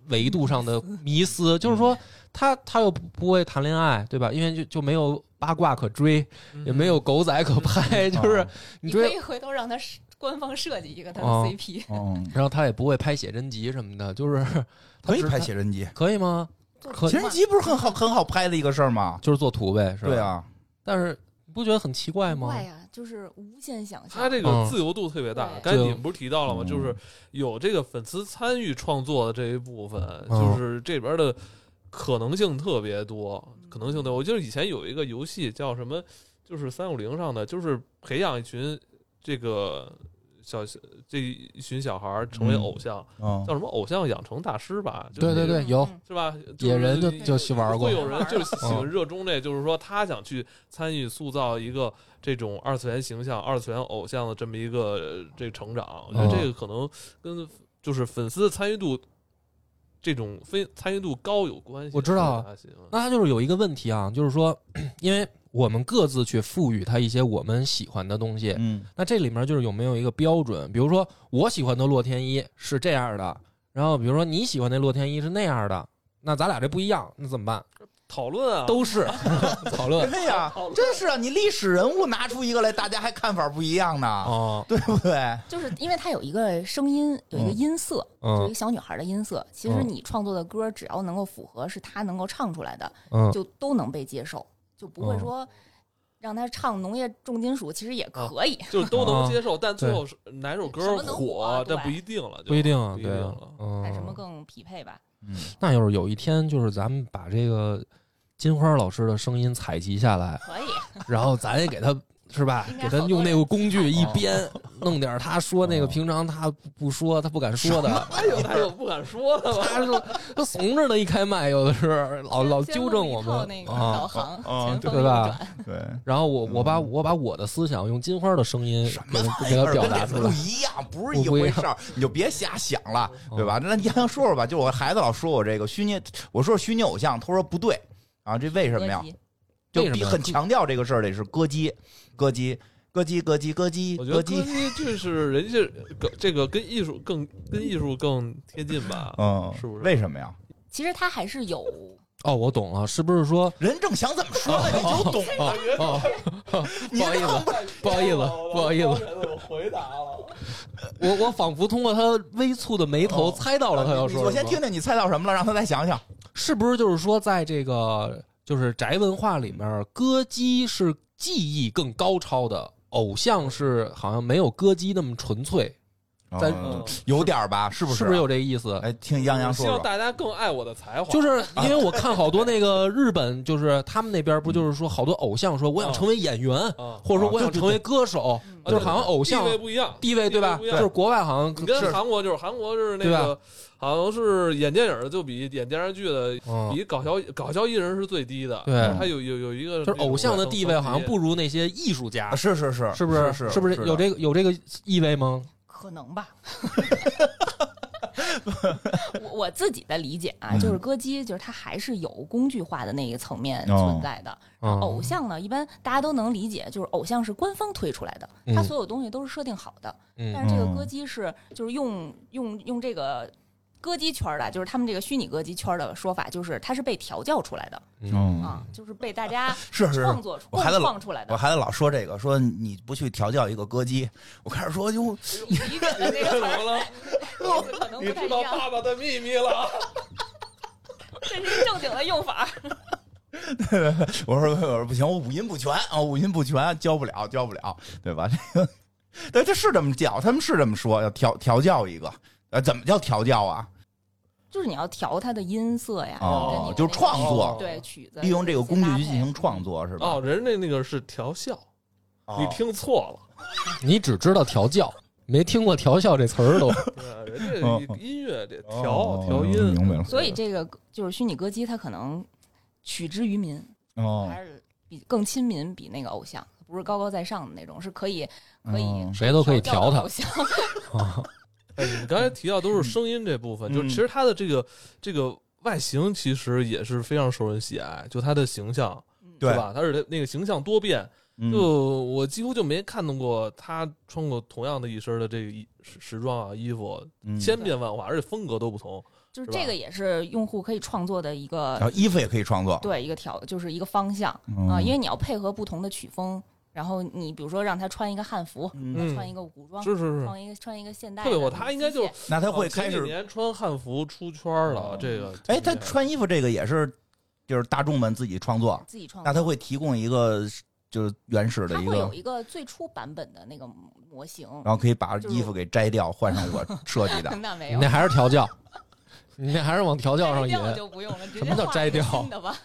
Speaker 1: 维度上的迷思，就是说他他又不不会谈恋爱，对吧？因为就就没有八卦可追，
Speaker 4: 嗯
Speaker 1: 也没有狗仔可拍， 就是
Speaker 2: 哦
Speaker 1: 你
Speaker 3: 你可
Speaker 1: 追。
Speaker 3: 以回头让他是官方设计一个他的
Speaker 1: 哦
Speaker 3: CP，、
Speaker 2: 嗯，
Speaker 1: 然后他也不会拍写真集什么的，就是
Speaker 2: 可以
Speaker 1: 他只
Speaker 2: 拍写真集，
Speaker 1: 可以吗？ 可
Speaker 2: 写真集不是很好很好拍的一个事儿吗？
Speaker 1: 就是做图呗，是吧？
Speaker 2: 对。啊，
Speaker 1: 但是你不觉得很奇怪吗？
Speaker 3: 怪啊呀，就是无限想象。
Speaker 4: 他这个自由度特别大
Speaker 3: 嗯，
Speaker 4: 刚才你们不是提到了吗？
Speaker 2: 嗯
Speaker 4: 就是有这个粉丝参与创作的这一部分，
Speaker 1: 嗯
Speaker 4: 就是这边的可能性特别多，可能性多。我记得以前有一个游戏叫什么，就是三五零上的，就是培养一群这个小这一群小孩儿成为偶像，
Speaker 2: 嗯
Speaker 4: 叫什么偶像养成大师吧？就是
Speaker 1: 对对对，
Speaker 3: 嗯
Speaker 1: 有
Speaker 4: 是吧？
Speaker 1: 野人就
Speaker 4: 就是
Speaker 1: 就去玩过啊
Speaker 4: 会，有人就是喜欢热衷这，就是说他想去参与塑造一个这种二次元形象、二次元偶像的这么一个呃这个成长。我觉得
Speaker 1: 啊
Speaker 4: 这个可能跟就是粉丝参与度这种非参与度高有关系。
Speaker 1: 我知道啊
Speaker 4: 这个东西
Speaker 1: 那他就是有一个问题啊，就是说， 因为我们各自去赋予他一些我们喜欢的东西，
Speaker 2: 嗯
Speaker 1: 那这里面就是有没有一个标准？比如说，我喜欢的洛天依是这样的，然后比如说你喜欢那洛天依是那样的，那咱俩这不一样，那怎么办？
Speaker 4: 讨论啊，
Speaker 1: 都 是讨论
Speaker 2: 对呀，真是啊！你历史人物拿出一个来，大家还看法不一样呢，
Speaker 1: 哦，
Speaker 2: 对不对？
Speaker 3: 就是因为它有一个声音，有一个
Speaker 2: 嗯
Speaker 3: 音色，就
Speaker 1: 嗯
Speaker 3: 一个小女孩的音色。其实
Speaker 1: 嗯
Speaker 3: 你创作的歌，只要能够符合是她能够唱出来的，
Speaker 1: 嗯，
Speaker 3: 就都能被接受，就不会
Speaker 1: 嗯
Speaker 3: 说让她唱农业重金属，其实也
Speaker 1: 嗯
Speaker 3: 可以。
Speaker 4: 就是都能接受，但最
Speaker 1: 啊对
Speaker 4: 后是哪首
Speaker 3: 什
Speaker 4: 歌
Speaker 3: 么能火
Speaker 4: 火
Speaker 3: 啊，
Speaker 4: 这
Speaker 3: 对
Speaker 4: 不一定了，就
Speaker 1: 不一定啊
Speaker 4: 不，一定
Speaker 1: 对啊
Speaker 4: 了，。
Speaker 3: 看什么
Speaker 1: 嗯，
Speaker 3: 更匹配吧？
Speaker 2: 嗯，
Speaker 1: 那要是有一天，就是咱们把这个金花老师的声音采集下来，
Speaker 3: 可以，
Speaker 1: 然后咱也给 他是吧
Speaker 3: 应？该
Speaker 1: 给他
Speaker 3: 好多
Speaker 1: 用那
Speaker 3: 人
Speaker 1: 个工具一编，弄点他说
Speaker 4: 哦
Speaker 1: 那个平常他不说、他不敢说的，
Speaker 4: 哎呦，他有不敢说的吧？
Speaker 1: 他说他怂着呢，一开麦有的是老哦老
Speaker 3: 先
Speaker 1: 纠
Speaker 3: 录
Speaker 1: 正
Speaker 3: 一
Speaker 1: 我
Speaker 3: 套
Speaker 1: 们
Speaker 3: 那个
Speaker 1: 啊
Speaker 3: 导。航
Speaker 2: 啊
Speaker 3: 前
Speaker 1: 对
Speaker 3: 方右
Speaker 1: 吧
Speaker 3: 转，
Speaker 2: 对，
Speaker 1: 然后我我把
Speaker 2: 嗯
Speaker 1: 我把我的思想用金花的声音给他给他表达出
Speaker 2: 哎跟这不
Speaker 1: 来，
Speaker 2: 一样，不是一回事儿，你就别瞎想了，
Speaker 1: 哦
Speaker 2: 对吧？那你还说说吧，就我孩子老说我这个虚拟，我说虚拟偶像，他说不对啊，这为什么呀
Speaker 3: 合？集
Speaker 2: 就
Speaker 1: 为什么
Speaker 2: 比
Speaker 1: 呀
Speaker 2: 很强调这个事儿得是歌姬，歌姬，歌姬，歌姬，歌姬，
Speaker 4: 我觉
Speaker 2: 歌
Speaker 4: 得
Speaker 2: 姬，
Speaker 4: 歌姬就是人家跟这个跟艺术更跟艺术更贴近吧？
Speaker 2: 嗯，
Speaker 4: 是不是
Speaker 2: 为什么呀？
Speaker 3: 其实它还是有
Speaker 1: 哦，我懂了，是不是说？
Speaker 2: 人正想怎么说呢，你就 懂了。
Speaker 1: 哦哦，
Speaker 2: 你
Speaker 1: 不好意
Speaker 2: 这
Speaker 1: 思，不好意思，不好意思，
Speaker 4: 思，我回答了。
Speaker 1: 我我仿佛通过他微蹙的眉头
Speaker 2: 哦
Speaker 1: 猜到了他要
Speaker 2: 你
Speaker 1: 说
Speaker 2: 我
Speaker 1: 什
Speaker 2: 先
Speaker 1: 么
Speaker 2: 听听你猜到什么了，让他再想想。
Speaker 1: 是不是就是说，在这个就是宅文化里面，歌姬是技艺更高超的，偶像是好像没有歌姬那么纯粹，在
Speaker 2: 嗯有点儿吧？是不
Speaker 1: 是
Speaker 2: 不
Speaker 1: 不是有这个意思？
Speaker 2: 哎，听杨洋
Speaker 4: 我
Speaker 2: 说
Speaker 4: 希望
Speaker 2: 说，
Speaker 4: 大家更爱我的才华，
Speaker 1: 就是因为我看好多那个日本，就是他们那边不就是说好多偶像说我想成为演员，
Speaker 4: 啊，
Speaker 1: 或者说我
Speaker 2: 啊
Speaker 1: 想
Speaker 2: 对对
Speaker 1: 成为歌手，
Speaker 3: 嗯
Speaker 1: 就是好像偶像
Speaker 4: 地位不一样，
Speaker 1: 地位对吧？
Speaker 4: 不一
Speaker 1: 就
Speaker 4: 样
Speaker 1: 是国外好像
Speaker 4: 你跟
Speaker 2: 是
Speaker 4: 韩国就是韩国是那
Speaker 1: 对啊
Speaker 4: 个
Speaker 1: 吧，
Speaker 4: 好像是演电影的就比演电视剧的
Speaker 1: 嗯
Speaker 4: 比搞笑搞笑艺人是最低的，
Speaker 1: 对嗯
Speaker 4: 他有有有一个
Speaker 1: 就是偶像的地位好像
Speaker 4: 那种
Speaker 1: 不如那些艺术家
Speaker 2: 啊，是是是，
Speaker 1: 是不
Speaker 2: 是
Speaker 1: 是
Speaker 2: 是
Speaker 1: 不是有这个有这个意味吗？
Speaker 3: 可能吧。 我我自己的理解啊，
Speaker 2: 嗯
Speaker 3: 就是歌姬，就是它还是有工具化的那一层面
Speaker 2: 哦
Speaker 3: 存在的。
Speaker 1: 嗯
Speaker 3: 偶像呢，一般大家都能理解，就是偶像是官方推出来的，
Speaker 1: 嗯
Speaker 3: 它所有东西都是设定好的。但
Speaker 1: 嗯
Speaker 3: 是这个
Speaker 2: 嗯
Speaker 3: 歌姬是就是用用用这个歌姬圈儿的，就是他们这个虚拟歌姬圈儿的说法，就是它是被调教出来的
Speaker 2: 嗯，
Speaker 3: 啊，就是被大家
Speaker 2: 是是是
Speaker 3: 创作出、
Speaker 2: 我还在
Speaker 3: 共
Speaker 2: 老
Speaker 3: 创出来
Speaker 2: 我
Speaker 3: 的。
Speaker 2: 孩子老说这个，说你不去调教一个歌姬，我开始说哟，
Speaker 3: 你 理解的那个
Speaker 4: 怎
Speaker 3: 词
Speaker 4: 么
Speaker 3: 儿
Speaker 4: 了？
Speaker 3: 可能
Speaker 4: 你
Speaker 3: 不太
Speaker 4: 知
Speaker 3: 一
Speaker 4: 道
Speaker 3: 样，
Speaker 4: 爸爸的秘密了？
Speaker 3: 这是正经的用法。
Speaker 2: 我说我说不行，我五音不全啊，五音不全，教不了，教不了，对吧？这个，但他是这么教，他们是这么说，要调调教一个，呃，怎么叫调教啊？
Speaker 3: 就是你要调它的音色呀，
Speaker 2: 哦
Speaker 3: 跟你的
Speaker 2: 就是
Speaker 3: 那个
Speaker 2: 创哦
Speaker 4: 作
Speaker 3: 曲对曲子，
Speaker 2: 利用这个工具去进行创
Speaker 3: 作。
Speaker 2: 作是吧
Speaker 4: 哦，？人家那个是调笑，
Speaker 2: 哦
Speaker 4: 你听错了。
Speaker 1: 你只知道调教，没听过调笑这词儿都。
Speaker 4: 对，啊人
Speaker 2: 哦
Speaker 4: 家音乐得
Speaker 2: 哦
Speaker 4: 调调音，
Speaker 2: 明白了
Speaker 3: 所以这个就是虚拟歌姬，它可能取之于民，
Speaker 2: 哦，
Speaker 3: 还是比更亲民，比那个偶像不是高高在上的那种，是可以可以
Speaker 2: 嗯
Speaker 1: 谁都可以调
Speaker 3: 教的
Speaker 1: 他
Speaker 3: 偶像。
Speaker 4: 哎，你刚才提到都是声音这部分，
Speaker 2: 嗯
Speaker 4: 就其实他的这个这个外形其实也是非常受人喜爱，就他的形象，
Speaker 3: 嗯
Speaker 2: 对
Speaker 4: 是吧？他是那个形象多变，
Speaker 2: 嗯
Speaker 4: 就我几乎就没看到过他穿过同样的一身的这个衣时时装啊衣服，
Speaker 2: 嗯
Speaker 4: 千变万化，而且风格都不同。
Speaker 3: 就是
Speaker 4: 是吧
Speaker 3: 这个也是用户可以创作的一
Speaker 2: 然后
Speaker 3: 个
Speaker 2: 衣服也可以创作
Speaker 3: 对一个调，就是一个方向
Speaker 1: 嗯
Speaker 3: 啊，
Speaker 2: 啊
Speaker 3: 因为你要配合不同的曲风，然后你比如说让他穿一个汉服，
Speaker 2: 嗯，
Speaker 3: 穿一个古装，
Speaker 4: 是是是，
Speaker 3: 穿一个穿一个现代的
Speaker 4: 对
Speaker 3: 那
Speaker 4: 我
Speaker 3: 种机械，
Speaker 4: 他应该就
Speaker 2: 那他
Speaker 4: 他
Speaker 2: 会开始
Speaker 4: 年穿汉服出圈了
Speaker 2: 哦，
Speaker 4: 这个
Speaker 2: 哎，他
Speaker 4: 这个
Speaker 2: 穿衣服这个也是，就是大众们自己创作，
Speaker 3: 自己创
Speaker 2: 那
Speaker 3: 作。
Speaker 2: 他会提供一个就是原始的
Speaker 3: 哦它
Speaker 2: 一
Speaker 3: 会
Speaker 2: 个
Speaker 3: 有，一个最初版本的那个模型，
Speaker 4: 哦
Speaker 2: 然后可以把
Speaker 3: 就是
Speaker 2: 衣服给摘掉，换上我设计的。
Speaker 3: 那没
Speaker 1: 你
Speaker 3: 有
Speaker 1: 那。还是调教，你那还是往调教上
Speaker 3: 摘
Speaker 1: 引。
Speaker 3: 掉就不用了，直
Speaker 1: 什
Speaker 3: 接
Speaker 1: 么叫
Speaker 3: 画
Speaker 1: 摘
Speaker 3: 一个
Speaker 1: 掉
Speaker 3: 新的吧。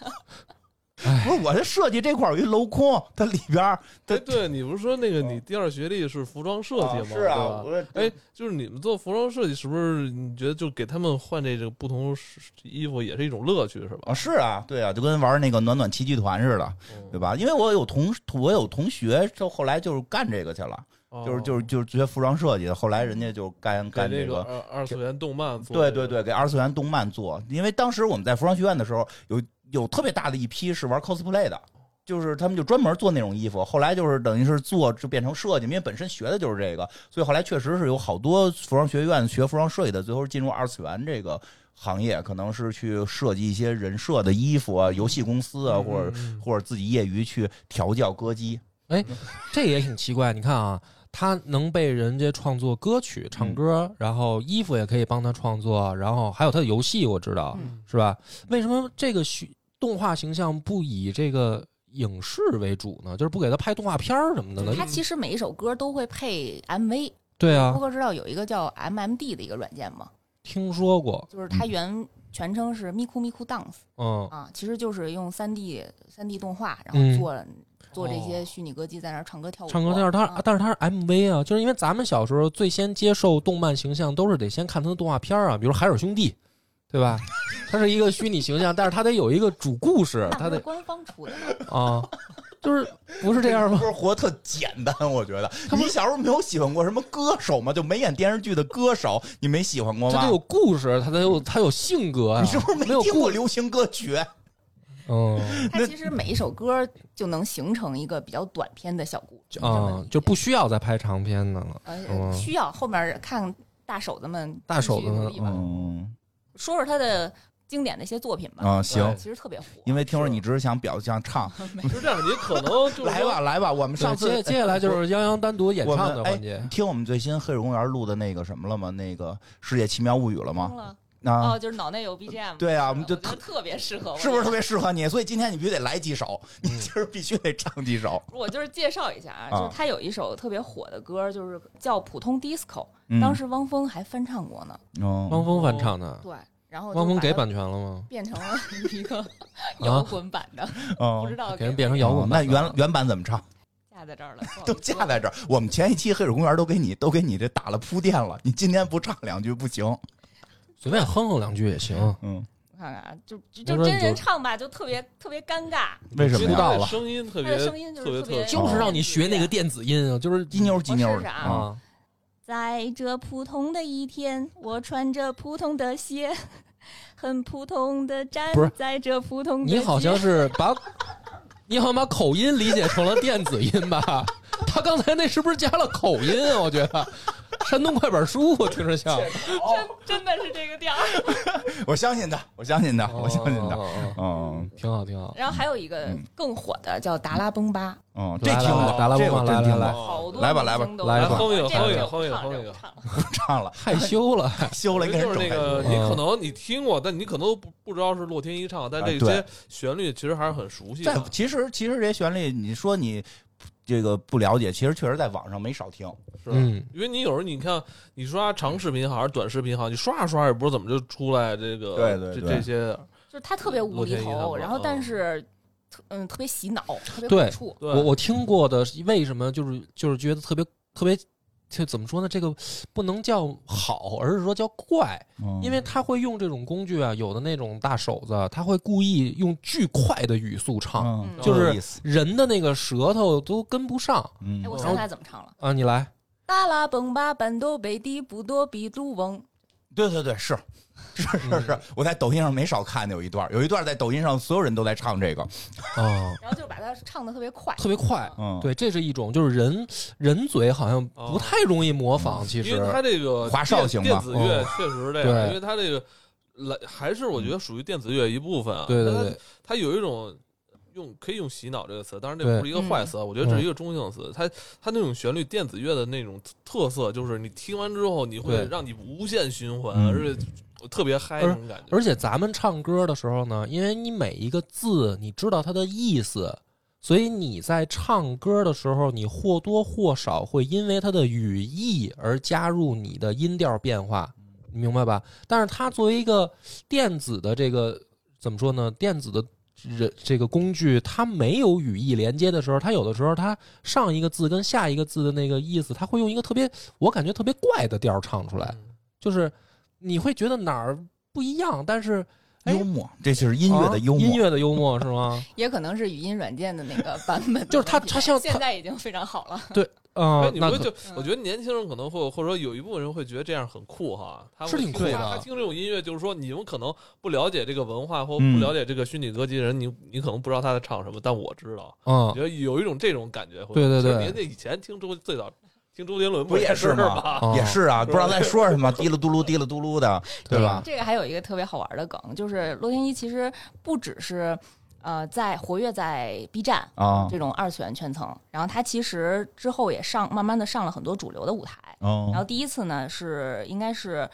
Speaker 2: 不是我这设计这块儿有一镂空，它里边儿它
Speaker 4: 哎，对你不是说那个
Speaker 2: 嗯
Speaker 4: 你第二学历是服装设计吗？
Speaker 2: 是啊，
Speaker 4: 对吧
Speaker 2: 我
Speaker 4: 哎，就是你们做服装设计，是不是你觉得就给他们换这个不同衣服也是一种乐趣，是吧？
Speaker 2: 啊是啊，对啊，就跟玩那个暖暖奇剧团似的，对吧？因为我有同我有同学，就后来就是干这个去了，
Speaker 4: 哦
Speaker 2: 就是就是就是学服装设计的，后来人家就干
Speaker 4: 给
Speaker 2: 干
Speaker 4: 这
Speaker 2: 这
Speaker 4: 个
Speaker 2: 个
Speaker 4: 二二次元动漫做
Speaker 2: 对对
Speaker 4: 这
Speaker 2: 对，
Speaker 4: 个，
Speaker 2: 给二次元动漫做，因为当时我们在服装学院的时候，有有特别大的一批是玩 cosplay 的，就是他们就专门做那种衣服，后来就是等于是做就变成设计，因为本身学的就是这个，所以后来确实是有好多服装学院学服装设计的，最后进入二次元这个行业，可能是去设计一些人设的衣服啊，游戏公司啊，
Speaker 4: 嗯
Speaker 2: 或者
Speaker 4: 嗯
Speaker 2: 或者自己业余去调教歌姬，
Speaker 1: 这也挺奇怪。你看啊，他能被人家创作歌曲、唱歌，然后衣服也可以帮他创作，然后还有他的游戏，我知道、
Speaker 3: 嗯
Speaker 1: 是吧？为什么这个虚动画形象不以这个影视为主呢？就是不给他拍动画片儿什么的呢
Speaker 3: 它？其实每一首歌都会配 MV。
Speaker 1: 对
Speaker 3: 波
Speaker 1: 啊，
Speaker 3: 哥知道有一个叫 MMD 的一个软件吗？
Speaker 1: 听说过，
Speaker 3: 就是它原全称是 Miku Miku Dance
Speaker 1: 嗯，
Speaker 3: 啊，其实就是用三 D 三 D 动画，然
Speaker 1: 嗯哦
Speaker 3: 后做做这些虚拟歌姬在那儿唱歌跳舞。
Speaker 1: 唱歌，但是他
Speaker 3: 啊
Speaker 1: 但是他是 MV 啊，就是因为咱们小时候最先接受动漫形象都是得先看他的动画片儿啊，比如《海尔兄弟》，对吧？他是一个虚拟形象，但是他得有一个主故事，
Speaker 3: 那
Speaker 1: 他
Speaker 3: 不
Speaker 1: 得
Speaker 3: 是官方出的 吗，
Speaker 1: 啊，就是不是这样吗
Speaker 2: 不？是活得特简单，我觉得。你小时候没有喜欢过什么歌手吗？就没演电视剧的歌手，你没喜欢过吗？
Speaker 1: 他得有故事，他得有他有性格 啊。
Speaker 2: 你是不是没
Speaker 1: 没有
Speaker 2: 听
Speaker 1: 故
Speaker 2: 过？流行歌曲？
Speaker 1: 嗯
Speaker 3: 它其实每一首歌就能形成一个比较短篇的小故事，这么
Speaker 1: 啊
Speaker 3: 理，解
Speaker 1: 就不需要再拍长片的了。
Speaker 3: 呃
Speaker 1: 嗯
Speaker 3: 需要后面看大手子们
Speaker 1: 大手子们
Speaker 3: 继续努力吧
Speaker 2: 嗯
Speaker 3: 说说他的经典的一些作品吧。
Speaker 2: 啊，行
Speaker 4: 对，
Speaker 3: 其实特别火，
Speaker 2: 因为听说你只是想表象唱，
Speaker 4: 就是这样，你可能 就是
Speaker 2: 来吧来吧，我们
Speaker 1: 上
Speaker 2: 上
Speaker 1: 接
Speaker 2: 次
Speaker 1: 接下来 就是泱泱单独演
Speaker 2: 我
Speaker 1: 唱
Speaker 2: 们
Speaker 1: 的
Speaker 2: 哎
Speaker 1: 环节，
Speaker 2: 听我们最新《黑水公园》录的那个什么了吗？那个《世界奇妙物语》了吗？
Speaker 3: 疯了
Speaker 2: 啊
Speaker 3: 哦，就是脑内有 BGM，
Speaker 2: 对啊我
Speaker 3: 我
Speaker 2: 们就
Speaker 3: 觉得特别适合我，
Speaker 2: 是不是特别适合你？所以今天你必须得来几首，你今儿必须得唱几首。
Speaker 3: 我就是介绍一下啊，
Speaker 2: 啊
Speaker 3: 就是他有一首特别火的歌，就是叫《普通 disco》，
Speaker 2: 嗯
Speaker 3: 当时汪峰还翻唱过呢。
Speaker 2: 哦
Speaker 1: 汪峰翻唱的，
Speaker 3: 对，然后就
Speaker 1: 汪峰
Speaker 3: 把
Speaker 1: 给
Speaker 3: 它
Speaker 1: 版权了吗？
Speaker 3: 变成了一 个摇滚版的， 不
Speaker 2: 哦
Speaker 3: 知，道
Speaker 1: 给人变成摇
Speaker 2: 哦
Speaker 1: 滚
Speaker 2: 那
Speaker 1: 版了。
Speaker 2: 原原版怎么唱？
Speaker 3: 架在 这儿了，不好
Speaker 2: 都
Speaker 3: 意思
Speaker 2: 架在这儿。我们前一期《黑水公园》都给你都给你这打了铺垫了，你今天不唱两句不行。
Speaker 1: 随便哼哼两句也行。
Speaker 2: 嗯，
Speaker 3: 我看看啊，就就
Speaker 1: 没准
Speaker 3: 就
Speaker 1: 你
Speaker 3: 真
Speaker 1: 就
Speaker 3: 人唱吧，就特别特别尴尬。
Speaker 2: 为什么
Speaker 1: 出
Speaker 2: 呀？
Speaker 1: 道了
Speaker 4: 声音特
Speaker 3: 他
Speaker 4: 别
Speaker 3: 的声音就是
Speaker 4: 特别
Speaker 3: 特别
Speaker 4: 特，
Speaker 2: 殊
Speaker 1: 就是让你学那个电子音啊，就是
Speaker 2: 鸡妞鸡妞
Speaker 3: 我
Speaker 2: 的
Speaker 3: 试试啊
Speaker 2: 啊，
Speaker 1: 啊，
Speaker 3: 在这普通的一天，我穿着普通的鞋，很普通的站
Speaker 1: 不是
Speaker 3: 在这普通的
Speaker 1: 你
Speaker 3: 街。
Speaker 1: 好像是把，你好像把口音理解成了电子音吧？他刚才那是不是加了口音啊？我觉得山东快板书我听着像，
Speaker 3: 真的是这个 调儿。
Speaker 2: 我相信他，我相信他，我相信他。
Speaker 1: 哦，哦哦
Speaker 2: 嗯
Speaker 1: 挺好挺好。
Speaker 3: 然后还有一个
Speaker 2: 嗯
Speaker 3: 更火的叫《达拉崩吧
Speaker 2: 嗯，这
Speaker 1: 来
Speaker 2: 听
Speaker 1: 来
Speaker 2: 过
Speaker 1: 来，达拉
Speaker 2: 这
Speaker 1: 崩
Speaker 2: 我
Speaker 1: 吧
Speaker 2: 真听
Speaker 1: 来
Speaker 4: 啊
Speaker 1: 来》，
Speaker 2: 过，
Speaker 3: 好多
Speaker 2: 来吧来吧
Speaker 3: 明星都
Speaker 1: 来吧
Speaker 3: 这个
Speaker 4: 哼一个
Speaker 3: 这个
Speaker 4: 哼一个
Speaker 3: 我
Speaker 4: 哼一
Speaker 3: 唱这
Speaker 4: 个哼一个
Speaker 3: 我唱了
Speaker 2: 不唱了，
Speaker 1: 害羞 了，
Speaker 2: 羞了，跟
Speaker 4: 就
Speaker 2: 人
Speaker 4: 是那
Speaker 2: 整
Speaker 4: 个，啊
Speaker 1: 嗯
Speaker 4: 你可能你听过，但你可能不不知道是洛天依唱的，但
Speaker 2: 哎
Speaker 4: 这些旋律其实还是很熟悉
Speaker 2: 在
Speaker 4: 的。
Speaker 2: 其实其实这些旋律，你说你这个不了解，其实确实在网上没少听。
Speaker 4: 是吧
Speaker 1: 嗯，
Speaker 4: 因为你有时候你看，你刷长视频好还是短视频好，你刷着刷着也不知道怎么就出来这个
Speaker 2: 对对对
Speaker 4: 这这些。
Speaker 3: 就是他特别无厘
Speaker 4: 洛天依他
Speaker 3: 头，
Speaker 4: 们
Speaker 3: 然后
Speaker 4: 嗯
Speaker 3: 但是特嗯特别洗脑，特别
Speaker 1: 对
Speaker 3: 抵触。
Speaker 4: 对，
Speaker 1: 我我听过的，为什么就是就是觉得特别特别，就怎么说呢？这个不能叫好，而是说叫怪，
Speaker 2: 嗯
Speaker 1: 因为他会用这种工具啊，有的那种大手子，他会故意用巨快的语速唱，
Speaker 2: 嗯
Speaker 3: 嗯
Speaker 1: 就是
Speaker 2: 有意思
Speaker 1: 人的那个舌头都跟不上
Speaker 2: 嗯
Speaker 3: 哎，我
Speaker 4: 嗯
Speaker 3: 想起来怎么唱了。
Speaker 1: 啊！你来，
Speaker 3: 达拉崩吧，班都贝迪不多比鲁翁。
Speaker 2: 对对对，是 是是是，我在抖音上没少看，有一段，有一段在抖音上所有人都在唱这个，
Speaker 1: 啊，
Speaker 3: 然后就把它唱的特别快，
Speaker 1: 特别快。
Speaker 2: 嗯，
Speaker 1: 对，这是一种，就是人人嘴好像不太容易模仿，其
Speaker 4: 因
Speaker 1: 实
Speaker 4: 为它这个
Speaker 2: 华少型吧
Speaker 4: 电电子乐
Speaker 1: 嗯
Speaker 4: 确实 是这样，
Speaker 1: 对
Speaker 4: 因为它这个来还是我觉得属于电子乐一部分啊。
Speaker 1: 对对
Speaker 4: 但它
Speaker 1: 对，
Speaker 4: 它有一种用可以用洗脑这个词，当然这不是一个坏词啊，我觉得这
Speaker 1: 嗯
Speaker 4: 是一个中性词。它它那种旋律电子乐的那种特色，就是你听完之后，你会
Speaker 1: 对
Speaker 4: 让你无限循环，
Speaker 2: 嗯
Speaker 4: 而且特别嗨那种感觉。
Speaker 1: 而且咱们唱歌的时候呢，因为你每一个字你知道它的意思，所以你在唱歌的时候，你或多或少会因为它的语义而加入你的音调变化，
Speaker 4: 嗯
Speaker 1: 你明白吧？但是它作为一个电子的这个怎么说呢？电子的。人这个工具，它没有语义连接的时候，它有的时候它上一个字跟下一个字的那个意思，它会用一个特别我感觉特别怪的调儿唱出来，
Speaker 4: 嗯
Speaker 1: 就是你会觉得哪儿不一样，但是哎
Speaker 2: 幽默，这就是音乐的幽
Speaker 1: 啊音
Speaker 2: 默。
Speaker 1: 乐的幽默是吗？
Speaker 3: 也可能是语音软件的那个版 本的问题，
Speaker 1: 就是它它像
Speaker 3: 现
Speaker 1: 它
Speaker 3: 在已经非常好了。
Speaker 1: 啊、
Speaker 4: 哎，你
Speaker 1: 那
Speaker 4: 不会
Speaker 1: 可
Speaker 4: 就
Speaker 3: 嗯
Speaker 4: 我觉得年轻人可能会，或者说有一部分人会觉得这样很酷哈，他
Speaker 1: 是挺酷的啊
Speaker 4: 他他听这种音乐，就是说你们可能不了解这个文化或
Speaker 2: 嗯
Speaker 4: 不了解这个虚拟歌姬人，你你可能不知道他在唱什么，但我知道，我
Speaker 1: 嗯
Speaker 4: 觉得有一种这种感觉会。
Speaker 1: 对对对
Speaker 4: 就是您那以前听周最早听周杰伦
Speaker 2: 不也是
Speaker 4: 是
Speaker 2: 吗
Speaker 4: 吧？
Speaker 1: 啊
Speaker 2: 也是啊，不知道在说什 么，滴了嘟噜，滴了嘟噜的，对吧？
Speaker 3: 这个还有一个特别好玩的梗，就是洛天依其实不只是呃在活跃在 B 站
Speaker 1: 嗯
Speaker 2: 啊，
Speaker 3: 这种二次元圈层，然后他其实之后也上慢慢的上了很多主流的舞台。然后
Speaker 2: 哦，
Speaker 3: 第一次呢是应该是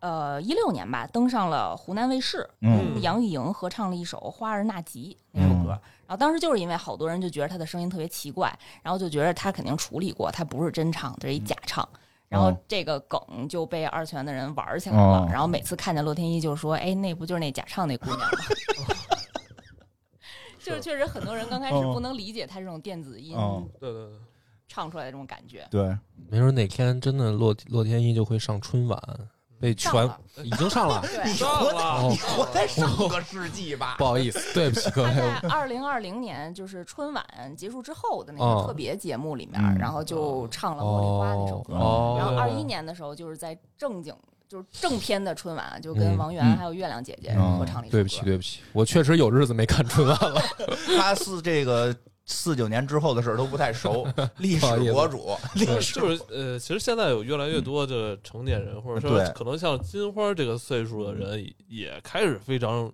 Speaker 3: 呃一六年吧，登上了湖南卫视，
Speaker 2: 嗯
Speaker 4: 嗯
Speaker 3: 杨钰莹合唱了一首《花儿纳吉》那首
Speaker 2: 嗯
Speaker 3: 歌。然后当时就是因为好多人就觉得她的声音特别奇怪，然后就觉得她肯定处理过，她不是真唱，这是一假唱。然后
Speaker 2: 嗯哦
Speaker 3: 这个梗就被二次元的人玩起来了。
Speaker 2: 哦
Speaker 3: 然后每次看见洛天依就说：“哎，那不就是那假唱那姑娘吗？” 就是确实很多人刚开始
Speaker 2: 哦
Speaker 3: 不能理解她这种电子音
Speaker 2: 哦
Speaker 4: 对对对，
Speaker 3: 唱出来的这种感觉。
Speaker 2: 对，
Speaker 1: 没准哪天真的洛洛天依就会上春晚，被
Speaker 3: 上
Speaker 1: 全
Speaker 3: 了
Speaker 1: 已经上 了，
Speaker 3: 对，
Speaker 2: 你
Speaker 4: 上
Speaker 2: 活在
Speaker 4: 了
Speaker 2: 你活在上个世纪吧
Speaker 1: 不？好意思，对不起各
Speaker 3: 他 在
Speaker 1: 位，
Speaker 3: 二零二零年就是春晚结束之后的那
Speaker 1: 哦
Speaker 3: 个特别节目里面，
Speaker 2: 嗯
Speaker 3: 然后就唱了《茉莉花》那首
Speaker 1: 哦
Speaker 3: 歌。
Speaker 1: 哦，
Speaker 3: 然后
Speaker 4: 对
Speaker 3: 二
Speaker 4: 对
Speaker 3: 一年的时候，就是在正经就是正片的春晚啊，就跟
Speaker 1: 嗯
Speaker 3: 王源
Speaker 2: 嗯
Speaker 3: 还有月亮姐姐
Speaker 2: 嗯
Speaker 3: 合唱了一首歌。
Speaker 1: 对不起对不起，我确实有日子没看春晚了，
Speaker 2: 他是这个四九年之后的事儿都不太 熟，历史博主，历
Speaker 4: 对
Speaker 2: 史
Speaker 4: 就是呃，其实现在有越来
Speaker 1: 嗯
Speaker 4: 越多的成年人，或者说
Speaker 2: 对
Speaker 4: 可能像金花这个岁数的人，也也开始非常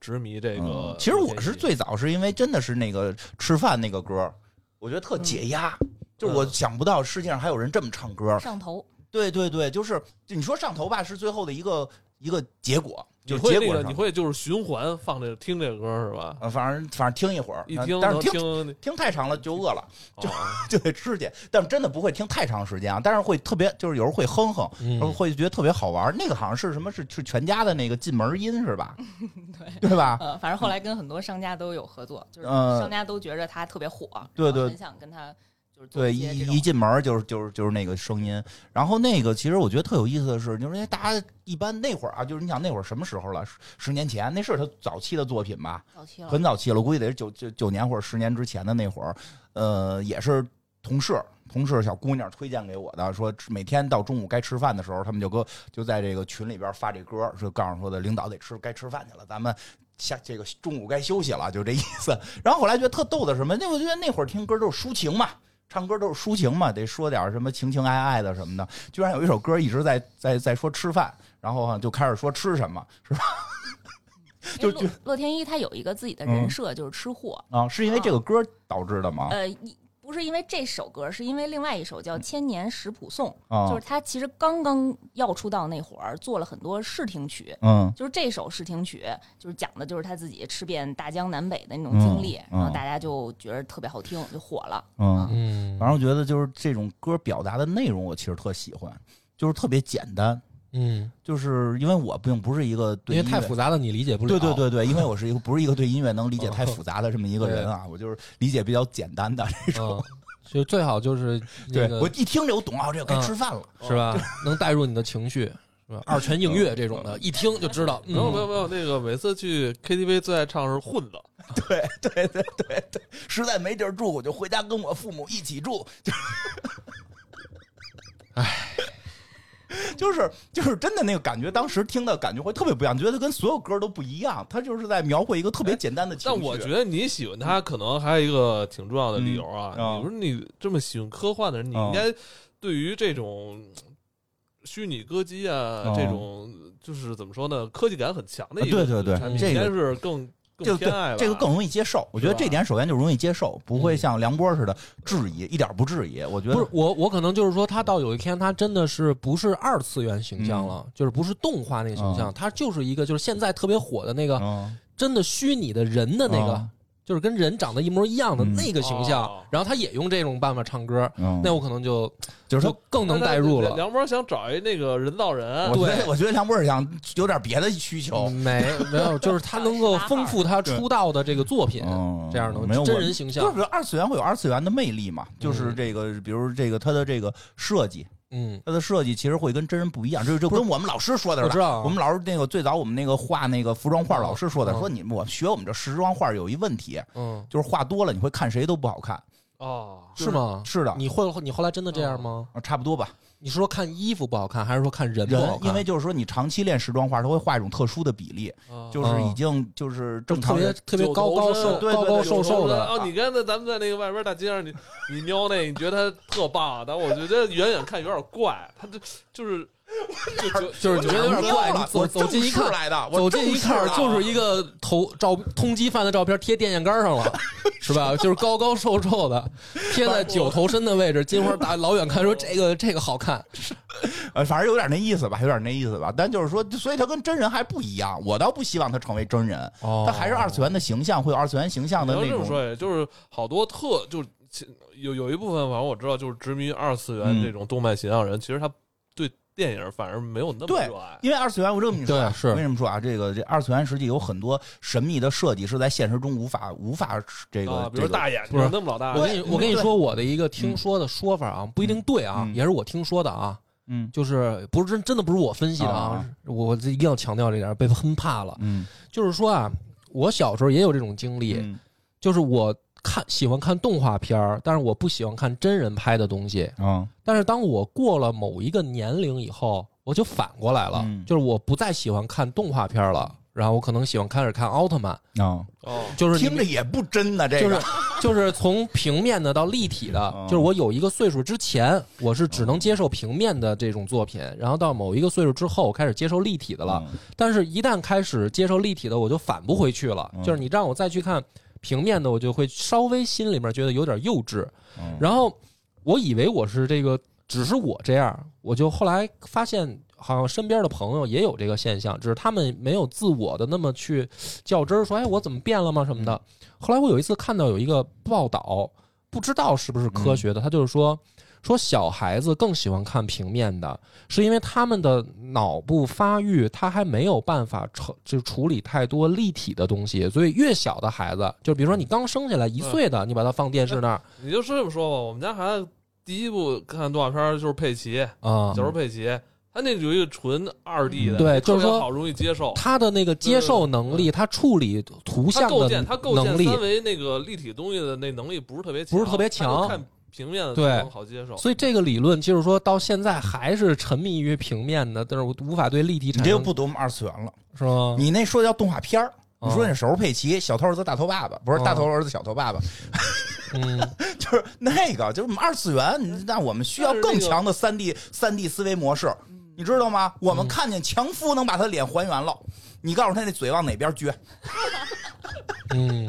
Speaker 4: 执迷这个
Speaker 2: 嗯。其实我
Speaker 4: 这
Speaker 2: 是
Speaker 4: 些
Speaker 2: 最早是因为真的是那个吃饭那个歌，我觉得特解压。
Speaker 4: 嗯
Speaker 2: 就是我想不到世界上还有人这么唱歌，
Speaker 3: 上头
Speaker 2: 对对对，就是就你说上头吧，是最后的一个一个结果，
Speaker 4: 你
Speaker 2: 就是
Speaker 4: 会
Speaker 2: 结
Speaker 4: 那
Speaker 2: 果
Speaker 4: 个
Speaker 2: 上
Speaker 4: 你会就是循环放这个听这个歌是吧？
Speaker 2: 呃，反正反正听一会儿，
Speaker 4: 一
Speaker 2: 呃
Speaker 4: 听
Speaker 2: 但
Speaker 4: 能
Speaker 2: 是听
Speaker 4: 听
Speaker 2: 听太长了就饿了，
Speaker 4: 就
Speaker 2: 就得吃去。但真的不会听太长时间啊，但是会特别，就是有时候会哼哼，
Speaker 1: 嗯
Speaker 2: 然后会觉得特别好玩儿。那个好像是什么？是是全家的那个进门音是 吧？对吧？
Speaker 3: 呃，反正后来跟很多商家都有合作，就是
Speaker 2: 呃
Speaker 3: 商家都觉着他特别火，
Speaker 2: 对
Speaker 3: 然
Speaker 2: 对
Speaker 3: 后很想跟他就是做
Speaker 2: 对，
Speaker 3: 些这
Speaker 2: 一
Speaker 3: 种
Speaker 2: 一进门儿就是就是就是那个声音，然后那个其实我觉得特有意思的是，就是因为大家一般那会儿啊，就是你想那会儿什么时候了？十十年前，那是他早期的作品吧？
Speaker 3: 早期了，
Speaker 2: 很早期了，估计得是九九九年或者十年之前的那会儿，呃，也是同事同事小姑娘推荐给我的，说每天到中午该吃饭的时候，他们就给我就在这个群里边发这歌，说告诉说的领导得吃该吃饭去了，咱们。下这个中午该休息了，就这意思。然后后来觉得特逗的是什么？那我觉得那会儿听歌都是抒情嘛，唱歌都是抒情嘛，得说点什么情情爱爱的什么的。居然有一首歌一直在在在说吃饭，然后啊就开始说吃什么，是吧？
Speaker 3: 因
Speaker 2: 就
Speaker 3: 为
Speaker 2: 就
Speaker 3: 洛洛天依他有一个自己的
Speaker 2: 嗯
Speaker 3: 人设，就是吃货，
Speaker 2: 啊，是因为这个歌导致的吗？
Speaker 3: 呃，一不是因为这首歌，是因为另外一首叫《千年食谱颂》，
Speaker 2: 啊，
Speaker 3: 就是他其实刚刚要出道那会儿做了很多试听曲，
Speaker 2: 嗯，
Speaker 3: 就是这首试听曲，就是讲的就是他自己吃遍大江南北的那种经历，
Speaker 2: 嗯嗯
Speaker 3: 然后大家就觉得特别好听，就火了。
Speaker 2: 嗯，
Speaker 1: 嗯，
Speaker 2: 反正我觉得就是这种歌表达的内容，我其实特喜欢，就是特别简单，
Speaker 1: 嗯，
Speaker 2: 就是因为我并不是一个
Speaker 1: 因
Speaker 2: 对
Speaker 1: 为
Speaker 2: 音乐
Speaker 1: 太复杂了，你理解不了。哦
Speaker 2: 对对对对，因为我是一个不是一个对音乐能理解太复杂的这么一个人啊，我就是理解比较简单的这种。
Speaker 1: 嗯，就最好 就是那
Speaker 2: 对
Speaker 1: 个嗯
Speaker 2: 我哦一听这我懂啊，这该吃饭了。
Speaker 1: 是吧？能带入你的情绪，是吧？二泉映月这种的，一听就知道。
Speaker 4: 没有没有
Speaker 1: 嗯，
Speaker 4: 没有，那个每次去 KTV 最爱唱的是混的，
Speaker 2: 对对对对对，实在没地儿住，我就回家跟我父母一起住。哎，就是就是真的那个感觉，当时听的感觉会特别不一样，觉得跟所有歌都不一样。他就是在描绘一个
Speaker 1: 哎
Speaker 2: 特别简单的情
Speaker 4: 但
Speaker 2: 绪。
Speaker 4: 我觉得你喜欢他，可能还有一个挺重要的理由啊。
Speaker 2: 嗯啊
Speaker 4: 你不是你这么喜欢科幻的人，你
Speaker 2: 啊
Speaker 4: 应该对于这种嗯虚拟歌姬啊，
Speaker 2: 啊
Speaker 4: 这种就是怎么说呢，科技感很强的一
Speaker 2: 啊对
Speaker 4: 个
Speaker 2: 对对
Speaker 4: 产品，
Speaker 2: 这
Speaker 4: 应
Speaker 2: 个
Speaker 4: 该是更
Speaker 2: 就对
Speaker 4: 更偏爱吧。
Speaker 2: 这个更容易接受，我觉得
Speaker 4: 是吧
Speaker 2: 这点首先就容易接受，不会
Speaker 1: 嗯
Speaker 2: 像梁波似的质疑，一点不质疑。我觉得
Speaker 1: 不是我，我可能就是说，他到有一天，他真的是不是二次元形象了，
Speaker 2: 嗯
Speaker 1: 就是不是动画那个形象，他就是一个就是现在特别火的那个
Speaker 2: 嗯
Speaker 1: 真的虚拟的人的那个
Speaker 2: 嗯，
Speaker 1: 就是跟人长得一模一样的
Speaker 2: 嗯
Speaker 1: 那个形象
Speaker 4: 哦，
Speaker 1: 然后他也用这种办法唱歌，
Speaker 2: 嗯，
Speaker 1: 那我可能就
Speaker 2: 就是
Speaker 1: 就
Speaker 2: 说。
Speaker 1: 更能代入了。
Speaker 4: 梁波想找一那个人造人
Speaker 1: 啊
Speaker 2: 我，觉得，我觉得梁波是想有点别的需求，
Speaker 1: 嗯没没有，就是他能够丰富他出道的这个作品，
Speaker 2: 嗯，
Speaker 1: 这样能
Speaker 2: 没有我
Speaker 1: 真人嗯形象
Speaker 2: 就。是二次元会有二次元的魅力嘛，就是这个，比如这个它的这个设计，
Speaker 1: 嗯，
Speaker 2: 它的设计其实会跟真人不一样，这就跟我们老师说的
Speaker 1: 我
Speaker 2: 似
Speaker 1: 知
Speaker 2: 的。
Speaker 1: 道啊，
Speaker 2: 我们老师那个最早我们那个画那个服装画老师说的，
Speaker 1: 嗯
Speaker 2: 说你我学我们这时装画有一问题，
Speaker 1: 嗯
Speaker 2: 就是画多了你会看谁都不好看。
Speaker 4: 哦，
Speaker 1: 是吗？
Speaker 2: 是的，
Speaker 1: 你会你后来真的这样吗？
Speaker 2: 啊差不多吧。
Speaker 1: 你是说看衣服不好看，还是说看人不好
Speaker 2: 人
Speaker 1: 看？
Speaker 2: 因为就是说你长期练时装画，它会画一种特殊的比例，
Speaker 4: 啊
Speaker 2: 就是已经就是
Speaker 1: 就
Speaker 2: 正
Speaker 1: 特
Speaker 2: 常
Speaker 1: 别
Speaker 2: 人
Speaker 1: 特别高高瘦
Speaker 4: 九头
Speaker 2: 身呃
Speaker 1: 高高
Speaker 4: 有
Speaker 1: 瘦
Speaker 4: 时候
Speaker 1: 瘦
Speaker 4: 说
Speaker 1: 的，
Speaker 4: 哦，你刚才咱们在那个外边大街上，你你瞄那，你觉得他特棒，但我觉得远远看有点怪，他这就是就就
Speaker 1: 就是你觉得有点怪。
Speaker 2: 我
Speaker 1: 你走
Speaker 2: 正
Speaker 1: 走近一
Speaker 2: 式啊
Speaker 1: 看，
Speaker 2: 来的，
Speaker 1: 走近一看就是是一个头照通缉犯的照片贴电线杆上了， 是吧？就是高高瘦瘦的，贴在九头身的位置，金花打老远看说这个这个好看，
Speaker 2: 呃， 反正有点那意思吧，有点那意思吧。但就是说，呃所以他跟真人还不一样。我倒不希望他成为真人，
Speaker 1: 哦
Speaker 2: 他还是二次元的形象，会有二次元形象
Speaker 4: 你
Speaker 2: 的
Speaker 4: 要
Speaker 2: 那
Speaker 4: 这么
Speaker 2: 种。
Speaker 4: 说，也就是好多特就是其有有一部分，反正我知道，就是执迷二次元
Speaker 2: 嗯
Speaker 4: 这种动漫形象人，其实他对电影反而没有那么
Speaker 2: 对
Speaker 4: 热爱。
Speaker 2: 因为二次元，我这么跟你说啊，
Speaker 1: 对是
Speaker 2: 我跟你们说啊，这个这二次元实际有很多神秘的设计是在现实中无法无法这个、
Speaker 4: 啊，比如
Speaker 2: 这个
Speaker 4: 大眼睛
Speaker 1: 不是
Speaker 4: 那么老大
Speaker 1: 啊我
Speaker 4: 眼
Speaker 1: 跟
Speaker 4: 睛，
Speaker 1: 你我跟你说我的一个听说的说法啊，不一定对啊，
Speaker 2: 嗯
Speaker 1: 也是我听说的啊，
Speaker 2: 嗯
Speaker 1: 就是不是真真的不是我分析的啊，
Speaker 2: 啊
Speaker 1: 我这一定要强调这点，被喷怕了。
Speaker 2: 嗯
Speaker 1: 就是说啊，我小时候也有这种经历，
Speaker 2: 嗯
Speaker 1: 就是我看喜欢看动画片儿，但是我不喜欢看真人拍的东西。
Speaker 2: 啊
Speaker 1: 但是当我过了某一个年龄以后，我就反过来了，
Speaker 2: 嗯
Speaker 1: 就是我不再喜欢看动画片儿了，然后我可能喜欢开始看奥特曼，
Speaker 2: 啊，
Speaker 4: 哦，
Speaker 1: 就是你
Speaker 2: 听着也不真呢，这
Speaker 1: 就
Speaker 2: 个
Speaker 1: 是就是从平面的到立体的，
Speaker 2: 嗯
Speaker 1: 就是我有一个岁数之前，我是只能接受平面的这种作品，然后到某一个岁数之后，我开始接受立体的了。
Speaker 2: 嗯
Speaker 1: 但是，一旦开始接受立体的，我就返不回去了
Speaker 2: 嗯。
Speaker 1: 就是你让我再去看平面的，我就会稍微心里面觉得有点幼稚。
Speaker 2: 嗯
Speaker 1: 然后，我以为我是这个，只是我这样，我就后来发现，好像身边的朋友也有这个现象，只是他们没有自我的那么去较真儿，说哎我怎么变了吗什么的。后来我有一次看到有一个报道，不知道是不是科学的，他就是说说小孩子更喜欢看平面的，是因为他们的脑部发育他还没有办法成就处理太多立体的东西，所以越小的孩子，就比如说你刚生下来一岁的，你把他放电视那儿
Speaker 4: 你就这么说吧，我们家孩子第一部看动画片就是佩奇，
Speaker 1: 啊。
Speaker 4: 就是佩奇，他那有一个纯二 D 的，
Speaker 1: 嗯对
Speaker 4: 特
Speaker 1: 就是
Speaker 4: 别
Speaker 1: 说
Speaker 4: 好容易接受。
Speaker 1: 他的那个接受能力，他处理图
Speaker 4: 嗯他
Speaker 1: 像
Speaker 4: 构
Speaker 1: 的
Speaker 4: 建他构建
Speaker 1: 能力，
Speaker 4: 三维那个立体东西的那能力不是特别强，
Speaker 1: 不是特别强
Speaker 4: 他就看平面的
Speaker 1: 对
Speaker 4: 能好接受。
Speaker 1: 所以这个理论就是说到现在还是沉迷于平面的，但是我无法对立体
Speaker 2: 你
Speaker 1: 产
Speaker 2: 这又
Speaker 1: 生，
Speaker 2: 不懂二次元了。
Speaker 1: 是吗？
Speaker 2: 你那说叫动画片儿，
Speaker 1: 哦
Speaker 2: 你说那手佩奇，小偷儿子大头爸爸，不是
Speaker 1: 哦
Speaker 2: 大头儿子小头爸爸，
Speaker 1: 嗯，
Speaker 2: 就是那个，就是我们二次
Speaker 4: 嗯
Speaker 2: 元。那我们需要更强的三 D 三 D 思维模式，
Speaker 4: 嗯
Speaker 2: 你知道吗？
Speaker 1: 嗯
Speaker 2: 我们看见强夫能把他脸还原了，你告诉他那嘴往哪边撅，
Speaker 1: 嗯，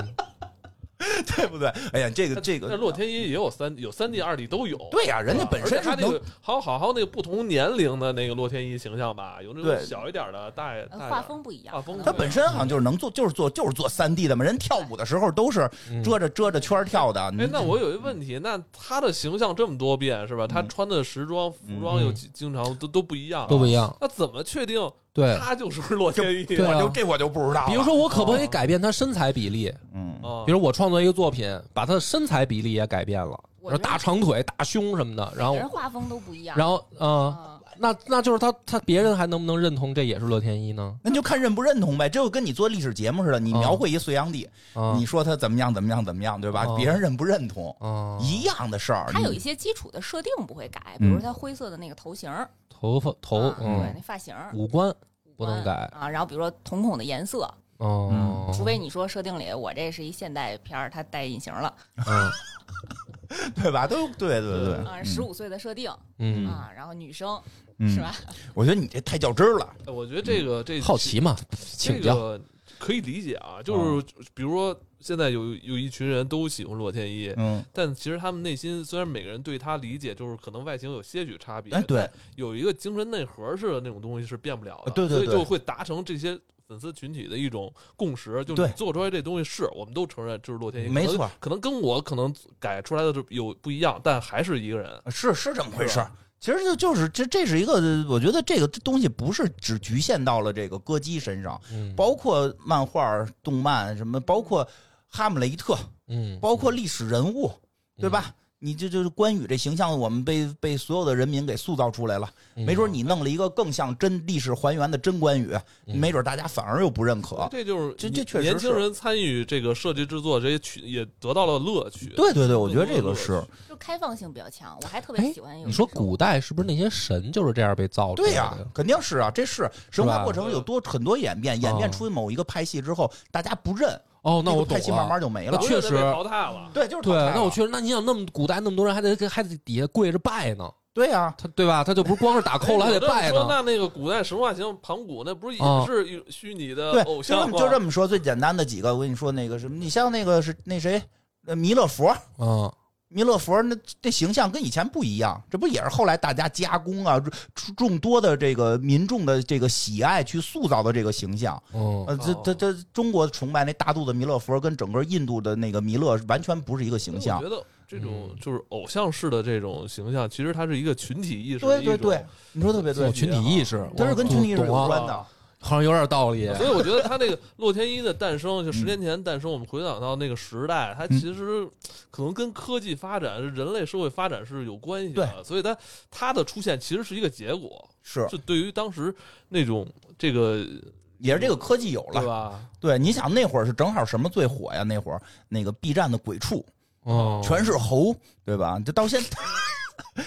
Speaker 2: 对不对？哎呀，这
Speaker 4: 他
Speaker 2: 个这
Speaker 4: 但
Speaker 2: 个，
Speaker 4: 洛天依也有三有三 D、二 D 都有。
Speaker 2: 对呀、人家
Speaker 1: 嗯
Speaker 4: 是吧
Speaker 2: 本
Speaker 4: 而且
Speaker 2: 身是
Speaker 4: 他那
Speaker 2: 能
Speaker 4: 个还有好好那个不同年龄的那个洛天依形象吧，有那
Speaker 2: 对
Speaker 4: 种小一点的，大一
Speaker 3: 呃
Speaker 4: 大
Speaker 3: 画
Speaker 4: 一点。
Speaker 3: 风不一样，
Speaker 4: 画风不一
Speaker 2: 他
Speaker 4: 样
Speaker 2: 本身好像就是能做，就是做，就是做三 D 的嘛。人跳舞的时候都是
Speaker 1: 嗯
Speaker 2: 遮着遮着圈儿跳的。
Speaker 4: 哎
Speaker 2: 你，
Speaker 4: 那我有一个问题，那他的形象这么多变是吧？他穿的时装、服装
Speaker 1: 嗯
Speaker 4: 又经经常都都不一样，啊
Speaker 1: 都不一。样，
Speaker 4: 那怎么确定
Speaker 1: 对。
Speaker 4: 他就是洛天依？
Speaker 1: 对
Speaker 2: 我
Speaker 1: 啊
Speaker 2: 就这我就不知道了。
Speaker 1: 比如说，我可不可以改变他身材比例？
Speaker 2: 嗯，
Speaker 4: 啊
Speaker 1: 比，如我创作一个作品，把他的身材比例也改变了，然
Speaker 3: 我
Speaker 1: 后大长腿、大胸什么的，然后
Speaker 3: 每个人啊画风都不一样。
Speaker 1: 然后呃，
Speaker 3: 嗯，
Speaker 1: 那那就是他他别人还能不能认同这也是乐天一呢？
Speaker 2: 那你就看认不认同呗。这就跟你做历史节目似的，你
Speaker 1: 啊
Speaker 2: 描绘一隋炀帝，
Speaker 1: 啊
Speaker 2: 你说他怎么样怎么样怎么样，对吧
Speaker 1: 啊？
Speaker 2: 别人认不认同
Speaker 1: 啊，
Speaker 2: 一样的事儿。
Speaker 3: 他有一
Speaker 2: 你
Speaker 3: 些基础的设定不会改，
Speaker 2: 嗯
Speaker 3: 比如他灰色的那个头型儿，
Speaker 1: 头发头
Speaker 3: 啊对
Speaker 1: 嗯
Speaker 3: 那发型儿
Speaker 1: 五官不能
Speaker 3: 五官
Speaker 1: 改
Speaker 3: 啊，然后比如说瞳孔的颜色，
Speaker 2: 嗯
Speaker 1: 哦，
Speaker 3: 除非你说设定里我这是一现代片儿，他戴隐形了
Speaker 1: 嗯
Speaker 2: 对吧？都对对对
Speaker 3: 啊，
Speaker 2: 对，
Speaker 3: 十五岁的设定
Speaker 1: 嗯
Speaker 3: 啊，然后女生
Speaker 2: 嗯
Speaker 3: 是吧？？
Speaker 2: 我觉得你这太较真儿了。
Speaker 4: 哎我觉得这个这
Speaker 1: 好奇嘛，
Speaker 4: 这
Speaker 1: 请教。
Speaker 4: 个可以理解啊，
Speaker 2: 哦
Speaker 4: 就是比如说现在有有一群人都喜欢洛天依，
Speaker 2: 嗯，
Speaker 4: 但其实他们内心虽然每个人对他理解就是可能外形有些许差别，
Speaker 2: 哎，对，，
Speaker 4: 有一个精神内核似的那种东西是变不了的，
Speaker 2: 啊对对
Speaker 4: 所以
Speaker 2: 对
Speaker 4: 就会达成这些粉丝群体的一种共识，就
Speaker 2: 对
Speaker 4: 你做出来这东西是我们都承认就是洛天依，
Speaker 2: 没
Speaker 4: 可能
Speaker 2: 错，
Speaker 4: 可能跟我可能改出来的就有不一样，但还是一个人。
Speaker 2: 是是这么回事儿。其实就就是这这是一个，我觉得这个东西不是只局限到了这个歌姬身上，
Speaker 1: 嗯
Speaker 2: 包括漫画、动漫什么，包括哈姆雷特，
Speaker 1: 嗯，
Speaker 2: 包括历史人物，对吧？你这就是关羽这形象，我们被被所有的人民给塑造出来了。
Speaker 1: 嗯
Speaker 2: 没准你弄了一个更像真历史还原的真关羽，
Speaker 1: 嗯
Speaker 2: 没准大家反而又不认可。
Speaker 4: 这就是
Speaker 2: 啊这
Speaker 4: 你
Speaker 2: 这确实
Speaker 4: 年轻
Speaker 2: 是
Speaker 4: 人参与这个设计制作，这些取也得到了乐趣。
Speaker 2: 对对对，我觉得这个是
Speaker 3: 就开放性比较强，我还特
Speaker 1: 哎
Speaker 3: 别喜欢有
Speaker 1: 你说古代是不是那些神就是这样被造出来
Speaker 2: 对
Speaker 1: 的？
Speaker 2: 呀、肯定是啊，这是
Speaker 1: 是
Speaker 2: 神
Speaker 1: 吧
Speaker 2: 话过程有多很多演变，演变出某一个派系之后，大家不认，
Speaker 1: 哦，那
Speaker 2: 这
Speaker 1: 我
Speaker 2: 个
Speaker 1: 懂
Speaker 2: 派系
Speaker 1: 了。
Speaker 2: 慢慢就没了
Speaker 1: 那。确实
Speaker 4: 被淘汰了。
Speaker 2: 对，就是
Speaker 1: 对，
Speaker 2: 淘汰了
Speaker 1: 那我确实，那你想，那么古代那么多人还得跟还得底下跪着拜呢，
Speaker 2: 对啊，
Speaker 1: 他对吧？他就不是光是打 扣了，还得
Speaker 4: 哎
Speaker 1: 拜
Speaker 4: 有的人说
Speaker 1: 呢。
Speaker 4: 那那个古代神话形象盘古，那不是
Speaker 1: 啊
Speaker 4: 也是一虚拟的
Speaker 1: 呃
Speaker 2: 对，
Speaker 4: 偶
Speaker 2: 就这
Speaker 4: 像
Speaker 2: 么
Speaker 4: 吗？
Speaker 2: 就这么说，最简单的几个，我跟你说那个什么，你像那个是那谁，呃弥勒佛，
Speaker 1: 嗯，
Speaker 2: 弥勒佛那这形象跟以前不一样，这不也是后来大家加工啊，众众多的这个民众的这个喜爱去塑造的这个形象。
Speaker 1: 嗯，
Speaker 4: 哦
Speaker 2: 呃，这这这中国崇拜那大肚子弥勒佛，跟整个印度的那个弥勒完全不是一个
Speaker 4: 所以
Speaker 2: 形象
Speaker 4: 我。觉得这种
Speaker 1: 嗯
Speaker 4: 就是偶像式的这种形象，其实它是一个群体意识的
Speaker 2: 对
Speaker 4: 一种。
Speaker 2: 对对，你说特别
Speaker 1: 有
Speaker 2: 对，
Speaker 1: 群体意识，
Speaker 2: 它是
Speaker 1: 我
Speaker 2: 跟群体意识有
Speaker 1: 懂了啊
Speaker 2: 关的。
Speaker 1: 好像有点道理。
Speaker 4: 所以我觉得他那个洛天依的诞生，就十年前诞生，我们回想到那个时代，它其实
Speaker 2: 嗯
Speaker 4: 可能跟科技发展、人类社会发展是有关系的。所以它它的出现其实是一个结果，
Speaker 2: 是，
Speaker 4: 是对于当时那种这个
Speaker 2: 也是这个科技有
Speaker 4: 对
Speaker 2: 了。
Speaker 4: 吧？
Speaker 2: 对，你想那会儿是正好什么最火呀？那会儿那个 B 站的鬼畜
Speaker 1: 嗯，
Speaker 2: 全是猴，对吧？这到现在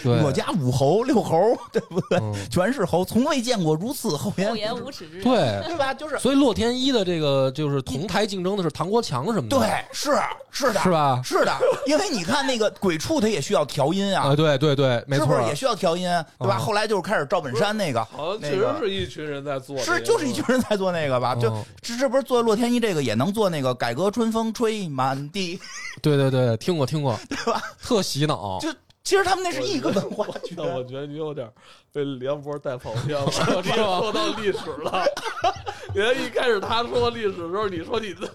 Speaker 1: 对，
Speaker 2: 我家五猴六猴，对不对？
Speaker 1: 嗯
Speaker 2: 全是猴，从未见过如此厚
Speaker 3: 厚
Speaker 2: 颜
Speaker 3: 颜无耻之人，
Speaker 1: 哎对。
Speaker 2: 对吧？就是
Speaker 1: 所以洛天依的这个就是同台竞争的是唐国强什么的，
Speaker 2: 对，是是的，
Speaker 1: 是吧？
Speaker 2: 是的，因为你看那个鬼畜，它也需要调音啊
Speaker 1: 啊，，对对对，没
Speaker 2: 是
Speaker 1: 错
Speaker 2: 不
Speaker 1: 儿，
Speaker 2: 是也需要调音？啊对吧？
Speaker 1: 嗯
Speaker 2: 后来就是开始赵本山那个，
Speaker 4: 好像
Speaker 2: 那
Speaker 4: 确实
Speaker 2: 个
Speaker 4: 是一群人在做这个，
Speaker 2: 是就是一群人在做那个吧？就
Speaker 1: 嗯
Speaker 2: 这这不是做洛天依这个也能做那个改革春风吹满地，
Speaker 1: 对对对，听过听过，对吧？特洗脑，
Speaker 2: 就其实他们那是一个文化
Speaker 4: 我觉得，我
Speaker 2: 圈。
Speaker 4: 觉得你有点被梁博带跑偏 了，说说到历史了。 原来一开始他说历史的时候，你说你的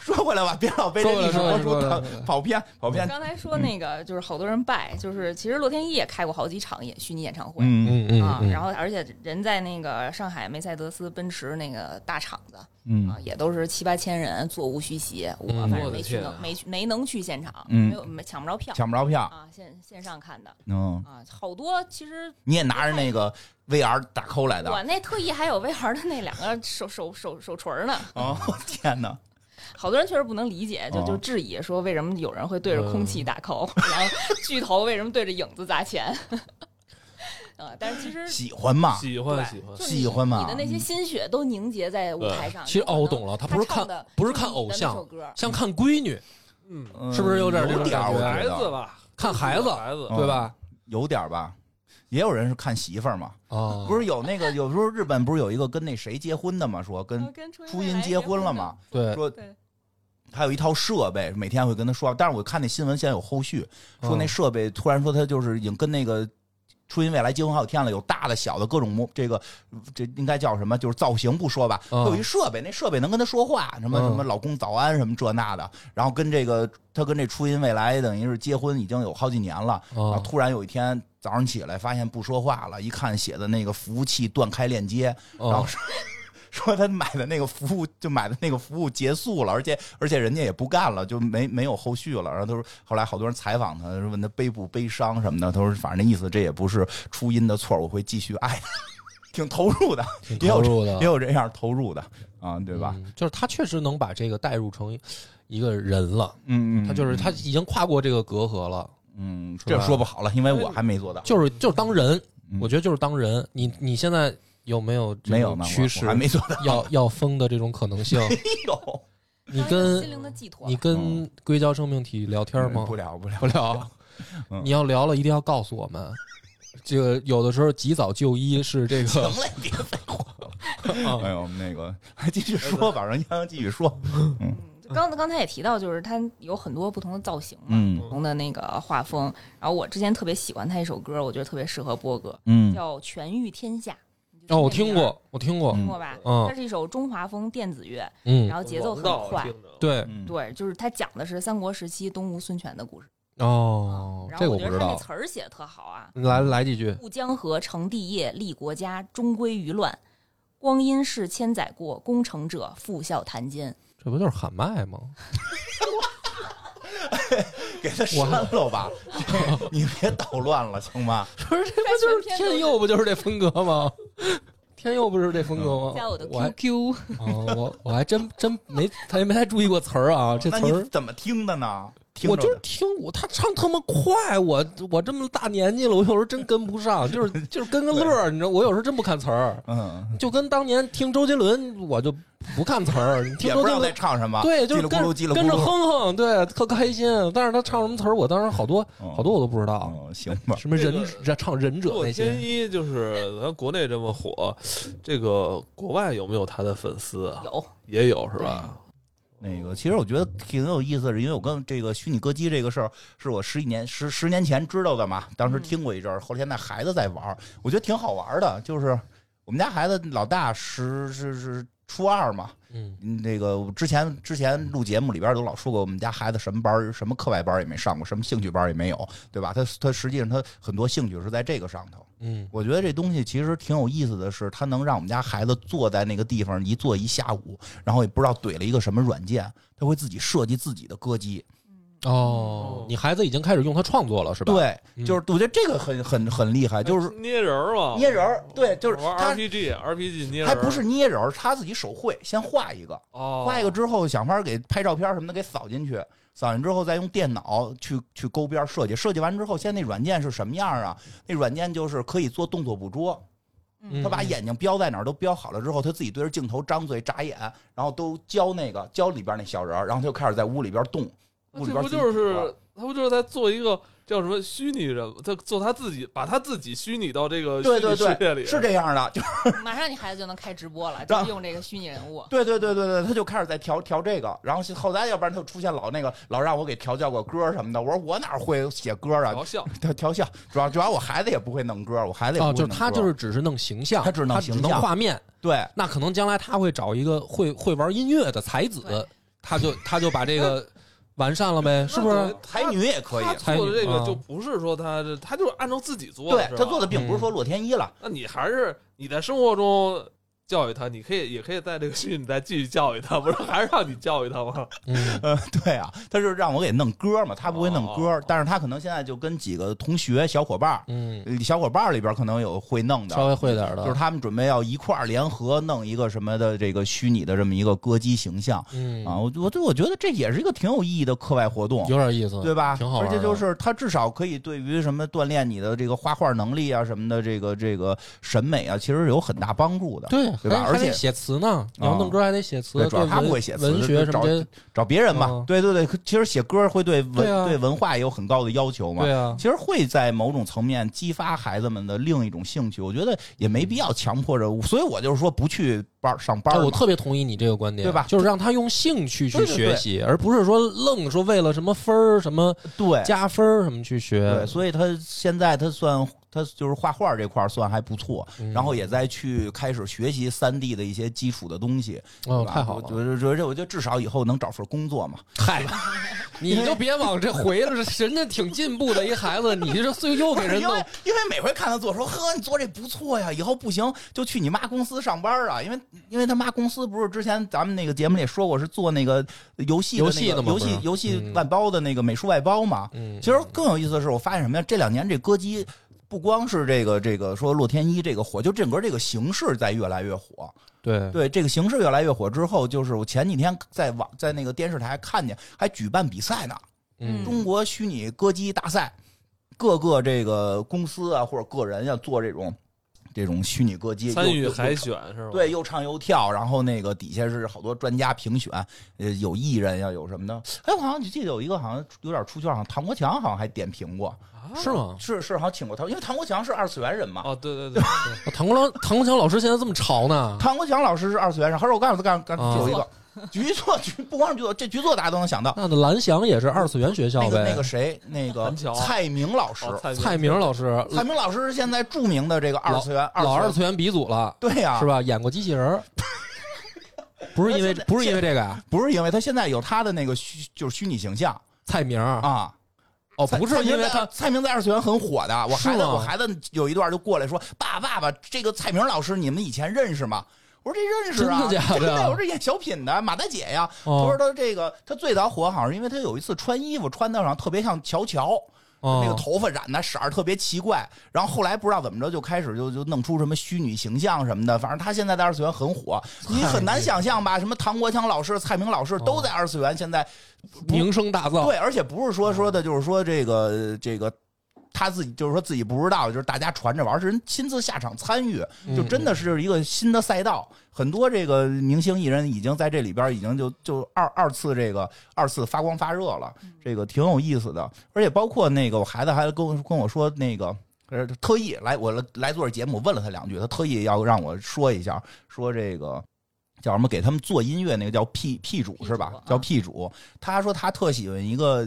Speaker 2: 说回来吧，别老被这历史
Speaker 1: 说回
Speaker 2: 博
Speaker 1: 来说
Speaker 2: 主
Speaker 1: 回来
Speaker 2: 打
Speaker 1: 说回来
Speaker 2: 跑偏跑偏。
Speaker 3: 刚才说那个就是好多人拜，就是其实洛天依也开过好几场演虚拟演唱会。
Speaker 2: 嗯
Speaker 1: 嗯嗯
Speaker 3: 啊，
Speaker 1: 嗯，
Speaker 3: 然后而且人在那个上海梅赛德斯奔驰那个大场子
Speaker 2: 嗯
Speaker 3: 啊，也都是七八千人，座无虚席。我
Speaker 1: 嗯
Speaker 3: 反
Speaker 1: 我
Speaker 3: 正
Speaker 1: 的
Speaker 3: 没去
Speaker 4: 天
Speaker 3: 能
Speaker 4: 啊
Speaker 3: 没去没能去现场，
Speaker 2: 嗯
Speaker 3: 没有没抢不着票
Speaker 2: 抢不着票。
Speaker 3: 啊，线线上看的
Speaker 2: 嗯，
Speaker 3: 啊，好多其实
Speaker 2: 你也拿着那个 VR 打扣来的
Speaker 3: 我那特意还有 VR 的那两个手手手手锤儿呢，
Speaker 2: 哦，天哪！
Speaker 3: 好多人确实不能理解，就
Speaker 1: 啊
Speaker 2: 哦
Speaker 3: 就质疑说为什么有人会对着空
Speaker 1: 嗯
Speaker 3: 气打 call，、然后巨头为什么对着影子砸钱？ 呃，但是其实
Speaker 2: 喜欢嘛？
Speaker 4: 喜
Speaker 3: 对
Speaker 4: 欢喜欢
Speaker 3: 就，是
Speaker 2: 喜欢嘛
Speaker 3: 你的那些心血都凝结在舞台上。
Speaker 1: 嗯其实
Speaker 3: 有可
Speaker 1: 哦，
Speaker 3: 能
Speaker 1: 我懂了，他
Speaker 3: 他
Speaker 1: 不是
Speaker 3: 唱
Speaker 1: 看
Speaker 3: 的
Speaker 1: 不是看
Speaker 3: 你的
Speaker 1: 偶
Speaker 3: 那
Speaker 1: 像
Speaker 3: 首歌，
Speaker 1: 像看闺女，
Speaker 4: 嗯，
Speaker 2: 嗯
Speaker 1: 是不是有点这
Speaker 2: 有
Speaker 1: 种
Speaker 2: 点儿？
Speaker 1: 感
Speaker 2: 我
Speaker 1: 觉啊
Speaker 4: 孩
Speaker 2: 觉
Speaker 4: 子
Speaker 2: 得
Speaker 4: 吧，
Speaker 1: 看孩子，
Speaker 4: 孩子
Speaker 2: 嗯
Speaker 1: 对吧？
Speaker 2: 有点儿吧。也有人是看媳妇儿嘛，
Speaker 1: 啊，
Speaker 2: 哦不是有那个有时候日本不是有一个跟那谁结婚的嘛，说
Speaker 3: 然后
Speaker 2: 哦跟
Speaker 3: 跟初
Speaker 2: 初
Speaker 3: 音
Speaker 2: 音结婚了嘛，
Speaker 1: 对，
Speaker 2: 说
Speaker 3: 对
Speaker 2: 他有一套设备，每天会跟他说。但是我看那新闻现在有后续，说那
Speaker 1: 嗯
Speaker 2: 设备突然说他就是已经跟那个初音未来结婚好几天了，有大的小的各种模，这个这应该叫什么？就是造型不说吧，
Speaker 1: 嗯
Speaker 2: 有一设备，那设备能跟他说话，什么
Speaker 1: 嗯
Speaker 2: 什么老公早安什么这那的。然后跟这个他跟这初音未来等于是结婚已经有好几年了，然后
Speaker 1: 啊，
Speaker 2: 突然有一天早上起来发现不说话了，一看写的那个服务器断开链接， 然后
Speaker 1: 啊
Speaker 2: 说说他买的那个服务就买的那个服务结束了，而且而且人家也不干了，就没没有后续了。然后他说，后来好多人采访他，问他悲不悲伤什么的，他说反正那意思这也不是初音的错，我会继续爱他， 挺投入的，
Speaker 1: 嗯 挺
Speaker 2: 也有
Speaker 1: 投入的
Speaker 2: 也，有这样投入的啊，对吧？
Speaker 1: 嗯就是他确实能把这个带入成一个人了，
Speaker 2: 嗯嗯，
Speaker 1: 他就是他已经跨过这个隔阂了，
Speaker 2: 嗯，这说不好了，因为我还没做到，
Speaker 1: 就是就是当人
Speaker 2: 嗯，
Speaker 1: 我觉得就是当人。你你现在有没有这
Speaker 2: 没有
Speaker 1: 种
Speaker 2: 呢，我
Speaker 1: 趋势
Speaker 2: 我还没做 到，
Speaker 1: 要要疯的这种可能 性？
Speaker 2: 有
Speaker 1: 你
Speaker 3: 当一个心
Speaker 1: 跟
Speaker 3: 灵的寄托吧，
Speaker 1: 你跟硅胶生命体聊天吗？
Speaker 2: 哎不聊不聊
Speaker 1: 不，聊
Speaker 2: 嗯，
Speaker 1: 你要聊了一定要告诉我们。这个有的时候及早就医是这
Speaker 2: 行
Speaker 1: 个，
Speaker 2: 了，你别废话了。 哎呦，那个 还继续说吧，让央央继续说。
Speaker 3: 嗯就刚刚才也提到，就是它有很多不同的造型嘛，
Speaker 2: 嗯
Speaker 3: 不同的那个画风。然后我之前特别喜欢他一首歌，我觉得特别适合波哥，
Speaker 2: 嗯
Speaker 3: 叫《全域天下》。你就
Speaker 1: 哦，我
Speaker 3: 这名
Speaker 1: 听
Speaker 3: 儿，
Speaker 1: 过，我听过
Speaker 2: 嗯，
Speaker 3: 听过吧？
Speaker 1: 嗯
Speaker 3: 它是一首中华风电子乐，
Speaker 1: 嗯
Speaker 3: 然，后节奏很
Speaker 4: 王道
Speaker 3: 快。
Speaker 4: 听着，
Speaker 1: 对，
Speaker 2: 嗯
Speaker 3: 对，就是它讲的是三国时期东吴孙权的故事。
Speaker 1: 哦，
Speaker 3: 然
Speaker 1: 这
Speaker 3: 后
Speaker 1: 个我
Speaker 3: 觉
Speaker 1: 不
Speaker 3: 得
Speaker 1: 知
Speaker 3: 他那
Speaker 1: 道，
Speaker 3: 词儿写的特好啊，
Speaker 1: 来来几句，
Speaker 3: 渡江河，成帝业，立国家，终归于乱。光阴逝，千载过，功成者复笑谈间。
Speaker 1: 这不就是喊麦 吗？
Speaker 2: 给他删了吧， 这你别捣乱了，行吗？
Speaker 1: 不是，这不就是天佑不就是这风格吗？天佑不是这风格吗？
Speaker 3: 嗯加我的
Speaker 1: 还
Speaker 3: QQ，
Speaker 1: 哦，我我还真真没他没太注意过词儿啊，这
Speaker 2: 那
Speaker 1: 词
Speaker 2: 你
Speaker 1: 儿
Speaker 2: 怎么听的呢？听
Speaker 1: 我
Speaker 2: 着
Speaker 1: 就是
Speaker 2: 的
Speaker 1: 听我他唱他妈快，我我这么大年纪了，我有时候真跟不上，就是就是跟个乐儿，你知道，我有时候真不看词儿，
Speaker 2: 嗯，
Speaker 1: 就跟当年听周杰伦，我就不看词儿，你听
Speaker 2: 也
Speaker 1: 周
Speaker 2: 不知
Speaker 1: 杰
Speaker 2: 道在
Speaker 1: 伦。
Speaker 2: 唱什么，
Speaker 1: 对，就
Speaker 2: 叽
Speaker 1: 是
Speaker 2: 里咕
Speaker 1: 跟
Speaker 2: 噜叽里咕
Speaker 1: 跟着
Speaker 2: 噜。
Speaker 1: 哼哼，对，特开心。但是他唱什么词儿，我当时好多
Speaker 2: 嗯
Speaker 1: 好多我都不知道，
Speaker 2: 嗯，行吧，
Speaker 1: 什么忍
Speaker 4: 这
Speaker 1: 者唱忍者
Speaker 4: 洛
Speaker 1: 那
Speaker 4: 天
Speaker 1: 些。
Speaker 4: 依就是咱国内这么火，这个国外有没有他的粉丝啊？
Speaker 3: 有
Speaker 4: 也有是吧？
Speaker 2: 那个，其实我觉得挺有意思的，因为我跟这个虚拟歌姬这个事儿，是我十几年十十年前知道的嘛，当时听过一阵儿，后来现在孩子在玩儿，我觉得挺好玩儿的。就是我们家孩子老大十是是初二嘛，
Speaker 1: 嗯，
Speaker 2: 嗯，那个我之前之前录节目里边都老说过，我们家孩子什么班儿什么课外班儿也没上过，什么兴趣班儿也没有，对吧？他他实际上他很多兴趣是在这个上头。
Speaker 1: 嗯，
Speaker 2: 我觉得这东西其实挺有意思的是，它能让我们家孩子坐在那个地方一坐一下午，然后也不知道怼了一个什么软件，他会自己设计自己的歌姬。
Speaker 3: 嗯
Speaker 1: 哦，你孩子已经开始用它创作了是吧？
Speaker 2: 对，
Speaker 1: 嗯
Speaker 2: 就是我觉得这个很很很厉害，就是
Speaker 4: 捏人儿嘛，
Speaker 2: 捏人儿。对，就是
Speaker 4: 玩
Speaker 2: 他
Speaker 4: RPG RPG 捏人儿，
Speaker 2: 还不是捏人儿，他自己手绘，先画一个，
Speaker 4: 哦，
Speaker 2: 画一个之后想法儿给拍照片儿什么的给扫进去，扫进之后再用电脑去去勾边儿设计，设计完之后，现在那软件是什么样儿啊？那软件就是可以做动作捕捉，
Speaker 1: 嗯
Speaker 2: 他把眼睛标在哪儿都标好了之后，他自己对着镜头张嘴眨眼，然后都教那个教里边那小人儿，然后他就开始在屋里边动，
Speaker 4: 那
Speaker 2: 屋里
Speaker 4: 这
Speaker 2: 边
Speaker 4: 不
Speaker 2: 自己捕
Speaker 4: 就
Speaker 2: 捉
Speaker 4: 是他不就是在做一个叫什么虚拟人物，在做他自己，把他自己虚拟到这个虚
Speaker 2: 对
Speaker 4: 拟
Speaker 2: 对
Speaker 4: 世界
Speaker 2: 对，
Speaker 4: 里，啊
Speaker 2: 是这样的，就是
Speaker 3: 嗯马上你孩子就能开直播了，
Speaker 2: 让
Speaker 3: 就用这个虚拟人物。
Speaker 2: 对对对对对，他就开始在调调这个，然后后来要不然他就出现老那个老让我给调教过歌什么的，我说我哪会写歌啊，
Speaker 4: 搞笑。
Speaker 2: 调调笑，主要主要我孩子也不会弄歌，我孩子也不
Speaker 1: 哦，
Speaker 2: 会
Speaker 1: 就是
Speaker 2: 弄歌，
Speaker 1: 他就是只是弄形象，
Speaker 2: 他
Speaker 1: 他
Speaker 2: 只弄形象
Speaker 1: 只画面。
Speaker 2: 对
Speaker 1: 那可能将来他会找一个会会玩音乐的才子
Speaker 3: 对，
Speaker 1: 他就他就把这个完善了呗，是不
Speaker 4: 那
Speaker 1: 是
Speaker 4: 就？
Speaker 2: 才女也可以
Speaker 4: 他，做的这
Speaker 1: 才女
Speaker 4: 个
Speaker 1: 啊
Speaker 4: 就不是说他这，他就是按照自己做的，
Speaker 2: 对他做的
Speaker 4: 的。
Speaker 2: 并
Speaker 1: 嗯
Speaker 2: 不是说洛天依了，
Speaker 4: 那你还是你在生活中教育他，你可以也可以在这个虚拟再继续教育他，不是还是让你教育他吗？
Speaker 1: 嗯，
Speaker 2: 呃，对啊，他就是让我给弄歌嘛，他不会弄歌，
Speaker 4: 哦
Speaker 2: 但是他可能现在就跟几个同学小伙伴儿，
Speaker 1: 嗯，
Speaker 2: 呃小伙伴儿里边可能有会弄的，
Speaker 1: 稍微会点儿的，
Speaker 2: 就是他们准备要一块儿联合弄一个什么的这个虚拟的这么一个歌姬形象
Speaker 1: 嗯
Speaker 2: 啊，我我就我觉得这也是一个挺有意义的课外活动，
Speaker 1: 有点意思，
Speaker 2: 对吧？
Speaker 1: 挺好玩
Speaker 2: 而
Speaker 1: 的
Speaker 2: 且就是它至少可以对于什么锻炼你的这个画画能力啊什么的，这个这个审美啊，其实有很大帮助的。
Speaker 1: 对
Speaker 2: 对吧
Speaker 1: 还
Speaker 2: 而
Speaker 1: 还
Speaker 2: 且啊
Speaker 1: 得写词呢，你要弄歌还得写词，
Speaker 2: 对主要
Speaker 1: 对
Speaker 2: 他
Speaker 1: 文
Speaker 2: 不会写词
Speaker 1: 文学
Speaker 2: 就
Speaker 1: 什
Speaker 2: 找
Speaker 1: 么的，
Speaker 2: 找别人嘛，
Speaker 1: 嗯
Speaker 2: 对对对，其实写歌会对文
Speaker 1: 对啊
Speaker 2: 文化也有很高的要求嘛。
Speaker 1: 对啊，
Speaker 2: 其实会在某种层面激发孩子们的另一种兴趣，我觉得也没必要强迫着，所以我就是说不去班儿上班
Speaker 1: 哎，
Speaker 2: 儿嘛。
Speaker 1: 我特别同意你这个观点，
Speaker 2: 对吧
Speaker 1: 就是让他用兴趣去
Speaker 2: 对对对
Speaker 1: 学习，而不是说愣说为了什么分儿、什么
Speaker 2: 对
Speaker 1: 加分儿、什么去学
Speaker 2: 对，。所以他现在他算他就是画画这块儿算还不错，
Speaker 1: 嗯
Speaker 2: 然后也在去开始学习三 D 的一些基础的东西。
Speaker 1: 哦，
Speaker 2: 对吧
Speaker 1: 太好
Speaker 2: 我
Speaker 1: 了！
Speaker 2: 觉得觉得我觉得至少以后能找份工作嘛。
Speaker 1: 嗨，你就别往这回了，人家挺进步的一孩子，你这又又给人
Speaker 2: 因
Speaker 1: 弄
Speaker 2: 为因为每回看他做说呵，你做这不错呀，以后不行就去你妈公司上班啊，因为因为他妈公司不是之前咱们那个节目里说过是做那个游戏的
Speaker 1: 游戏的
Speaker 2: 那个
Speaker 1: 嘛
Speaker 2: 游
Speaker 1: 不
Speaker 2: 戏
Speaker 1: 是
Speaker 2: 游戏
Speaker 1: 嗯
Speaker 2: 外包的那个美术外包嘛，
Speaker 1: 嗯，
Speaker 2: 其实更有意思的是，我发现什么呀？这两年这歌姬不光是这个这个说洛天依这个火，就整个这个形式在越来越火。
Speaker 1: 对，
Speaker 2: 对，这个形式越来越火之后，就是我前几天在网在那个电视台看见还举办比赛呢，
Speaker 1: 嗯
Speaker 2: 中国虚拟歌姬大赛，各个这个公司啊或者个人要做这种这种虚拟歌姬
Speaker 4: 参
Speaker 2: 又
Speaker 4: 与
Speaker 2: 又
Speaker 4: 海选是吗？
Speaker 2: 对，又唱又跳，然后那个底下是好多专家评选，呃，有艺人呀，有什么的。哎，我好像记得有一个好像有点出圈，好像唐国强好像还点评过，
Speaker 4: 啊
Speaker 1: 是吗？
Speaker 2: 是是，好像请过他，因为唐国强是二次元人嘛。
Speaker 4: 哦，对 对对，对
Speaker 1: 哦唐国强，唐国强老师现在这么潮呢？
Speaker 2: 唐国强老师是二次元人，还是我告诉他干干
Speaker 1: 啊
Speaker 2: 有一个局座局，不光是局座，这局座大家都能想 到。
Speaker 1: 那的蓝翔也是二次元学校
Speaker 2: 那个那
Speaker 1: 呗
Speaker 2: 个。谁，那个
Speaker 4: 韩乔
Speaker 2: 蔡明老师，
Speaker 4: 哦，
Speaker 1: 啊蔡明老师，
Speaker 2: 蔡明老师是现在著名的这个二次元
Speaker 1: 老二
Speaker 2: 二
Speaker 1: 次元鼻祖了，
Speaker 2: 对呀、
Speaker 1: 是吧？演过机器人儿，不是因为
Speaker 2: 啊现在
Speaker 1: 不是因为这个啊？
Speaker 2: 不是因为他现在有他的那个虚就是虚拟形象
Speaker 1: 蔡明儿
Speaker 2: 啊，
Speaker 1: 哦，
Speaker 2: 蔡
Speaker 1: 不
Speaker 2: 蔡
Speaker 1: 是
Speaker 2: 明
Speaker 1: 因为
Speaker 2: 在
Speaker 1: 他
Speaker 2: 蔡明在二次元很火的，我
Speaker 1: 是啊
Speaker 2: 孩子
Speaker 1: 吗
Speaker 2: 我孩子有一段就过来说：“爸爸爸，这个蔡明老师你们以前认识吗？”我说：“这认识啊，
Speaker 1: 真的假的
Speaker 2: 真我是演小品的马大姐呀。他
Speaker 1: 哦
Speaker 2: 说他这个他最早火好像是因为他有一次穿衣服穿的上特别像乔乔，
Speaker 1: 哦
Speaker 2: 那个头发染的色儿特别奇怪，然后后来不知道怎么着就开始就就弄出什么虚拟形象什么的，反正他现在在二次元很火，你很难想象吧？什么唐国强老师、蔡明老师
Speaker 1: 哦
Speaker 2: 都在二次元现在不
Speaker 1: 名声大噪，
Speaker 2: 对，而且不是说说的，就是说这个这个。他自己就是说自己不知道，就是大家传着玩儿，是人亲自下场参与，
Speaker 1: 嗯
Speaker 2: 就真的是一个新的赛道。很多这个明星艺人已经在这里边儿已经就就二二次这个二次发光发热了，
Speaker 3: 嗯
Speaker 2: 这个挺有意思的。而且包括那个我孩子还跟我跟我说那个。呃，特意来我来来做这节目，问了他两句，他特意要让我说一下，说这个叫什么，给他们做音乐那个叫 P P 主
Speaker 3: P
Speaker 2: 是吧
Speaker 3: 主啊？
Speaker 2: 叫 P 主，他说他特喜欢一个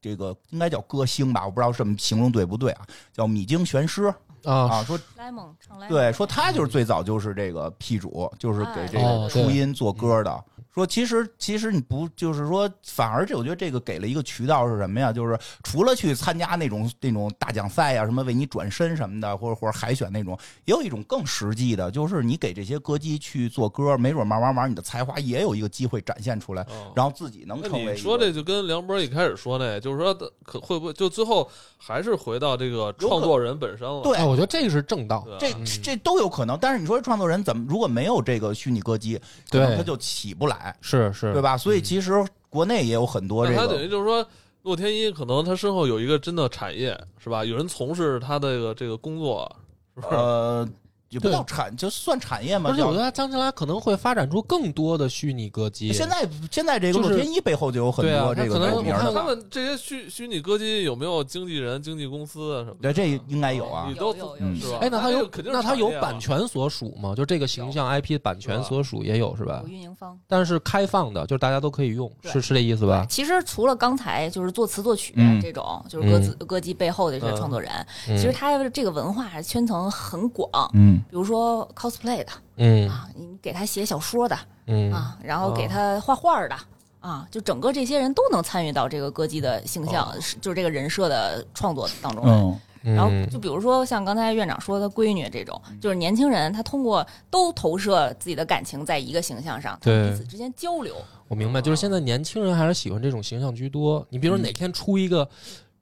Speaker 2: 这个应该叫歌星吧，我不知道这么形容对不对啊，叫米津玄师
Speaker 1: 啊，
Speaker 3: 哦
Speaker 2: 啊，说
Speaker 3: Lemon 唱 Lemon，
Speaker 2: 对，说他就是最早就是这个 P 主，就是给这个
Speaker 1: 哦对
Speaker 2: 初音做歌的。说其实其实你不就是说，反而这我觉得这个给了一个渠道是什么呀？就是除了去参加那种那种大奖赛呀、什么为你转身什么的，或者或者海选那种，也有一种更实际的，就是你给这些歌姬去做歌，没准慢慢慢慢你的才华也有一个机会展现出来，
Speaker 4: 哦
Speaker 2: 然后自己能
Speaker 4: 那
Speaker 2: 成为一个。
Speaker 4: 你说这就跟梁波一开始说那，就是说他可会不会就最后还是回到这个创作人本身了？
Speaker 2: 对
Speaker 1: 哎，我觉得这个是正道，
Speaker 4: 对
Speaker 2: 这这都有可能，但是你说创作人怎么如果没有这个虚拟歌姬，可能
Speaker 1: 对
Speaker 2: 他就起不来，
Speaker 1: 是是，
Speaker 2: 对？吧？所以其实国内也有很多这
Speaker 4: 那他等
Speaker 2: 个
Speaker 4: 于就是说，洛天依可能他身后有一个真的产业，是吧？有人从事他的这个这个工作，是不是？
Speaker 2: 呃，也不
Speaker 1: 对
Speaker 2: 叫产，就算产业嘛。
Speaker 1: 而且
Speaker 2: 叫
Speaker 1: 我觉得将来可能会发展出更多的虚拟歌姬。
Speaker 2: 现在现在这个
Speaker 1: 就是
Speaker 2: 洛天依背后就有很
Speaker 1: 对啊
Speaker 2: 多这
Speaker 1: 他可
Speaker 2: 个
Speaker 1: 能
Speaker 2: 有名
Speaker 1: 我看
Speaker 2: 的
Speaker 1: 过
Speaker 2: 了
Speaker 4: 他。们这些虚虚拟歌姬有没有经纪人、经纪公司啊什么
Speaker 2: 对，
Speaker 4: 的？
Speaker 2: 这应该有啊
Speaker 4: 你。都嗯
Speaker 3: 有有
Speaker 2: 有
Speaker 4: 是吧？
Speaker 1: 哎，那他
Speaker 4: 这
Speaker 1: 有
Speaker 4: 个肯定是
Speaker 1: 那他有
Speaker 4: 产业啊
Speaker 1: 版权所属吗？就这个形象 IP 版权所属也有是吧
Speaker 3: 有？运营方。
Speaker 1: 但是开放的，就是大家都可以用，
Speaker 3: 对
Speaker 1: 是是这意思吧？
Speaker 3: 其实除了刚才就是作词作曲
Speaker 2: 嗯
Speaker 3: 这种，就是歌词歌姬背后的这些
Speaker 4: 嗯
Speaker 3: 创作人，
Speaker 1: 嗯
Speaker 3: 其实他这个文化圈层很广。
Speaker 2: 嗯，
Speaker 3: 比如说 cosplay 的
Speaker 1: 嗯
Speaker 3: 啊，你给他写小说的
Speaker 1: 嗯
Speaker 3: 啊，然后给
Speaker 4: 哦
Speaker 3: 他画画的啊，就整个这些人都能参与到这个歌姬的形象，是就是这个人设的创作当中
Speaker 2: 嗯，
Speaker 3: 来。
Speaker 1: 哦嗯
Speaker 3: 然后就比如说像刚才院长说的闺女这种，就是年轻人他通过都投射自己的感情在一个形象上，他们
Speaker 1: 对
Speaker 3: 彼此之间交流，
Speaker 1: 我明白，就是现在年轻人还是喜欢这种形象居多。你
Speaker 2: 嗯
Speaker 1: 比如说哪天出一个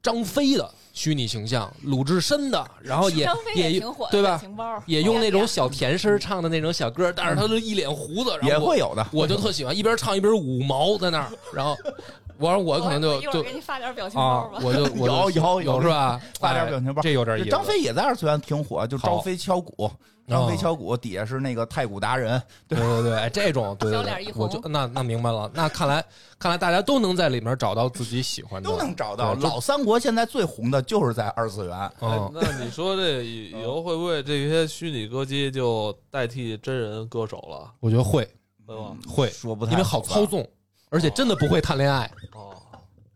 Speaker 1: 张飞的虚拟形象，鲁智深的，然后哦也
Speaker 3: 张飞
Speaker 1: 也
Speaker 3: 挺火的，
Speaker 1: 对吧
Speaker 3: 情包哎
Speaker 1: 也用那种
Speaker 3: 呀
Speaker 1: 小甜声唱的那种小歌，但是他就一脸胡子，
Speaker 2: 嗯也
Speaker 1: 然后我
Speaker 2: 会有的。
Speaker 1: 我就特喜欢，一边唱一边五毛在那儿，然后我说我可能就
Speaker 3: 一会儿
Speaker 1: 就
Speaker 3: 给你发点表情包
Speaker 1: 啊
Speaker 3: 吧，。
Speaker 1: 我就我就
Speaker 2: 有有
Speaker 1: 有是？吧？
Speaker 2: 发点表情包
Speaker 1: 哎这有点意思。
Speaker 2: 张飞也在二次元挺火，就
Speaker 1: 好哦
Speaker 2: 张飞敲鼓，张飞敲鼓底下是那个太鼓达人，
Speaker 1: 对对对，哎这种对对
Speaker 3: 小脸一
Speaker 1: 对，
Speaker 3: 红
Speaker 1: 我就那那明白了，那看来看来大家都能在里面找到自己喜欢的，
Speaker 2: 都能找到。
Speaker 1: 嗯对就
Speaker 2: 老三国现在最红的就是在二次元，
Speaker 4: 哎
Speaker 1: 嗯，
Speaker 4: 那你说这以
Speaker 2: 嗯
Speaker 4: 以后会不会这些虚拟歌姬就代替真人歌手了，
Speaker 1: 我觉得会
Speaker 4: 对吧？
Speaker 1: 会，
Speaker 2: 说不太
Speaker 1: 因为好操
Speaker 2: 吧。
Speaker 1: 纵，而且真的不会谈恋爱，
Speaker 4: 哦，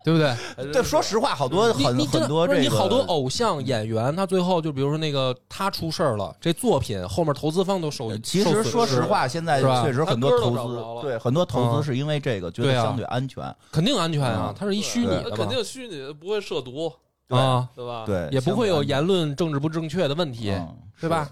Speaker 1: 对不对？
Speaker 4: 还真
Speaker 2: 嗯对，
Speaker 4: 是
Speaker 2: 说实话，好多
Speaker 1: 你
Speaker 2: 很
Speaker 1: 你真
Speaker 2: 很
Speaker 1: 的
Speaker 2: 多
Speaker 1: 不
Speaker 2: 这
Speaker 1: 是
Speaker 2: 个
Speaker 1: 你好多偶像演员，他最后就比如说那个他出事儿了，这作品后面投资方都受
Speaker 2: 呃，其实
Speaker 1: 受损
Speaker 2: 说
Speaker 1: 失
Speaker 2: 实，话，现在
Speaker 1: 是吧
Speaker 2: 确实很多
Speaker 4: 他歌都找不着
Speaker 2: 投
Speaker 4: 了
Speaker 2: 资，对很多投
Speaker 1: 嗯
Speaker 2: 资是因为这个觉得
Speaker 1: 对啊
Speaker 2: 相对安全，
Speaker 1: 肯定安全啊
Speaker 2: 嗯，
Speaker 1: 它是一
Speaker 4: 对
Speaker 1: 虚拟
Speaker 4: 那
Speaker 1: 的嘛，
Speaker 4: 肯定虚拟的不会涉毒，
Speaker 2: 对
Speaker 1: 啊，
Speaker 4: 对吧？，
Speaker 2: 对，
Speaker 1: 也不会有
Speaker 2: 相对
Speaker 1: 言论政治不正确的问题，
Speaker 2: 安全，嗯
Speaker 1: 对吧？？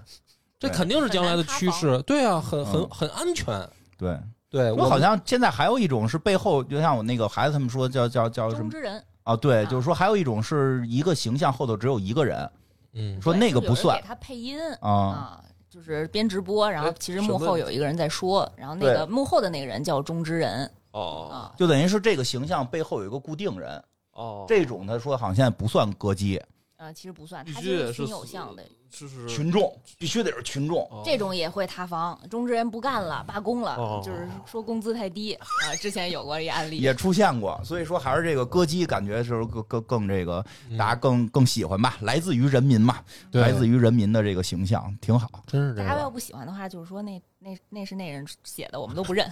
Speaker 1: 这
Speaker 2: 对
Speaker 1: 肯定是将来的趋势，对啊，很很
Speaker 2: 嗯
Speaker 1: 很安全，
Speaker 2: 是对，
Speaker 1: 对
Speaker 2: 我好像现在还有一种是背后，就像我那个孩子他们说叫叫叫什
Speaker 3: 中
Speaker 2: 么
Speaker 3: 之人
Speaker 2: 啊？对，
Speaker 3: 啊
Speaker 2: 就是说还有一种是一个形象后头只有一个人，
Speaker 1: 嗯
Speaker 2: 说那个
Speaker 3: 对
Speaker 2: 不算
Speaker 3: 有人给他配音
Speaker 2: 啊。
Speaker 3: 啊。就是边直播，然后
Speaker 4: 哎
Speaker 3: 其实幕后有一个人在说，然后那
Speaker 2: 对
Speaker 3: 个幕后的那个人叫中之人
Speaker 4: 哦
Speaker 3: 啊，
Speaker 2: 就等于是这个形象背后有一个固定人，
Speaker 4: 哦，
Speaker 2: 这种他说好像现在不算歌姬，
Speaker 3: 呃，其实不算，
Speaker 4: 必
Speaker 3: 他
Speaker 4: 须
Speaker 3: 其实
Speaker 4: 也
Speaker 3: 虚
Speaker 4: 是
Speaker 3: 拟偶像的，
Speaker 4: 就是
Speaker 2: 群众必须得是群众，
Speaker 4: 哦
Speaker 3: 这种也会塌房，中之人不干了，罢工了，
Speaker 4: 哦
Speaker 3: 就是说工资太低啊。之前有过一案例，
Speaker 2: 也出现过，所以说还是这个歌姬感觉就是更更更这个
Speaker 1: 嗯
Speaker 2: 大家更更喜欢吧，来自于人民嘛，
Speaker 1: 对
Speaker 2: 来自于人民的这个形象挺好。
Speaker 1: 真是这
Speaker 3: 大家要
Speaker 1: 样
Speaker 3: 不喜欢的话，就是说那那那是那人写的，我们都不认。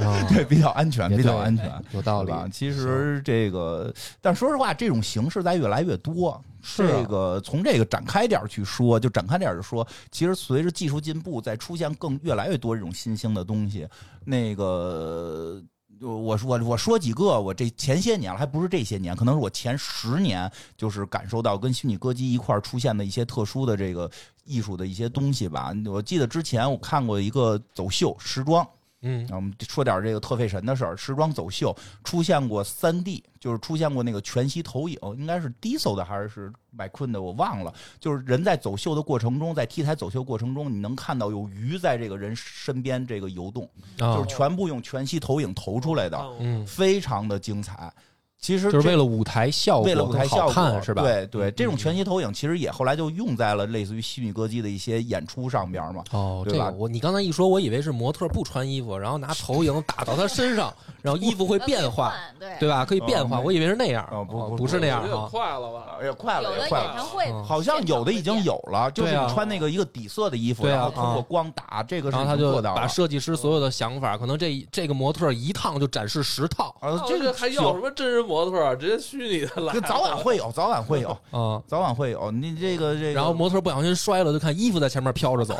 Speaker 1: 啊，
Speaker 2: 对，比较安全，
Speaker 1: 也
Speaker 2: 比较
Speaker 1: 对
Speaker 2: 安全，
Speaker 1: 有道理
Speaker 2: 对嗯吧？，其实这个，但说实话，这种形式在越来越多。
Speaker 1: 是啊
Speaker 2: 这个从这个展开点儿去说，就展开点儿就说，其实随着技术进步，在出现更越来越多这种新兴的东西。那个，呃我说我说几个，我这前些年还不是这些年，可能是我前十年，就是感受到跟虚拟歌姬一块儿出现的一些特殊的这个艺术的一些东西吧。我记得之前我看过一个走秀时装。
Speaker 1: 嗯
Speaker 2: 啊，我们说点这个特费神的事儿，时装走秀出现过三 D，就是出现过那个全息投影，应该是 Diesel 的还是是 McQueen 的，我忘了。就是人在走秀的过程中，在 T 台走秀过程中，你能看到有鱼在这个人身边这个游动，就
Speaker 1: 啊
Speaker 2: 是，全部用全息投影投出来的，
Speaker 1: 嗯，
Speaker 2: 非常的精彩。其实
Speaker 1: 就是
Speaker 2: 这
Speaker 1: 为了舞台效果，
Speaker 2: 为了舞台效
Speaker 1: 好看
Speaker 2: 果
Speaker 1: 是吧？
Speaker 2: 对对，这种
Speaker 1: 嗯
Speaker 2: 全息投影其实也后来就用在了类似于虚拟歌姬的一些演出上边嘛。
Speaker 1: 哦，这
Speaker 2: 对吧
Speaker 1: 个我你刚才一说，我以为是模特不穿衣服，然后拿投影打到他身上，然后衣服会变 化，
Speaker 3: 呃换，对
Speaker 1: 对吧？可以变化，
Speaker 2: 哦没
Speaker 1: 我以为是那样，
Speaker 2: 哦不不
Speaker 1: 不是那样
Speaker 4: 有点
Speaker 1: 啊。
Speaker 4: 快了吧？
Speaker 2: 也快
Speaker 3: 有
Speaker 2: 了，也
Speaker 3: 的演
Speaker 2: 快了。
Speaker 3: 唱会
Speaker 1: 嗯
Speaker 2: 好像有的已经有了，就是
Speaker 1: 对啊
Speaker 2: 你穿那个一个底色的衣服，
Speaker 1: 对啊
Speaker 2: 然后通过光打，这个是
Speaker 1: 然后他
Speaker 2: 已经
Speaker 1: 就
Speaker 2: 做到
Speaker 1: 把
Speaker 2: 了。嗯
Speaker 1: 设计师所有的想法，可能这一这个模特一趟就展示十套
Speaker 2: 啊
Speaker 4: 哦，
Speaker 2: 这
Speaker 4: 这
Speaker 2: 个
Speaker 4: 还要什么真人模特儿？直接虚拟的来
Speaker 2: 这
Speaker 4: 了，
Speaker 2: 早晚会有，早晚 会有，
Speaker 1: 啊。
Speaker 2: 早晚会有。你这个这个，
Speaker 1: 然后模特不小心摔了，就看衣服在前面飘着走。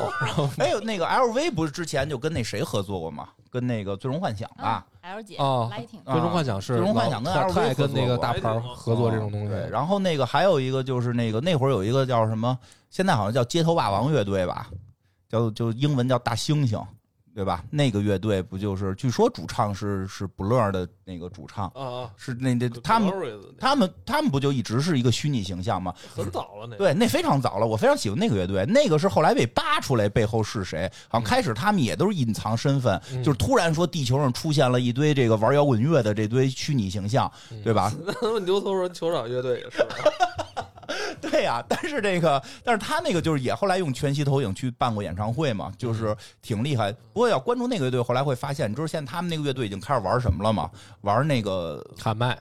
Speaker 2: 哎呦，那个 LV 不是之前就跟那谁合作过吗？跟那个最终幻想吧
Speaker 3: 啊，，L 姐
Speaker 1: 哦
Speaker 3: ，Lighting，
Speaker 2: 啊
Speaker 1: 最终幻想是
Speaker 2: 最终幻想跟
Speaker 1: 老特
Speaker 2: LV
Speaker 1: 特爱跟那个
Speaker 2: 合作
Speaker 1: 大牌合作这种东西。
Speaker 2: 对，然后那个还有一个就是那个那会儿有一个叫什么，现在好像叫街头霸王乐队吧，叫就英文叫大猩猩，对吧？那个乐队不就是据说主唱是是 Blur 的那个主唱，
Speaker 4: 啊啊！
Speaker 2: 是那那他们
Speaker 4: Glorious
Speaker 2: 他们他们不就一直是一个虚拟形象吗？
Speaker 4: 很早了那个，
Speaker 2: 对，那非常早了，我非常喜欢那个乐队。那个是后来被扒出来背后是谁，好像开始他们也都是隐藏身份，
Speaker 1: 嗯
Speaker 2: 就是突然说地球上出现了一堆这个玩摇滚乐的 这堆虚拟形象，对吧？
Speaker 4: 啊那他妈牛头人酋长乐队也是，
Speaker 2: 对啊，但是这个，但是他那个就是也后来用全息投影去办过演唱会嘛，就是挺厉害。不过要关注那个乐队，后来会发现，你知道现在他们那个乐队已经开始玩什么了吗？玩那个
Speaker 1: 喊麦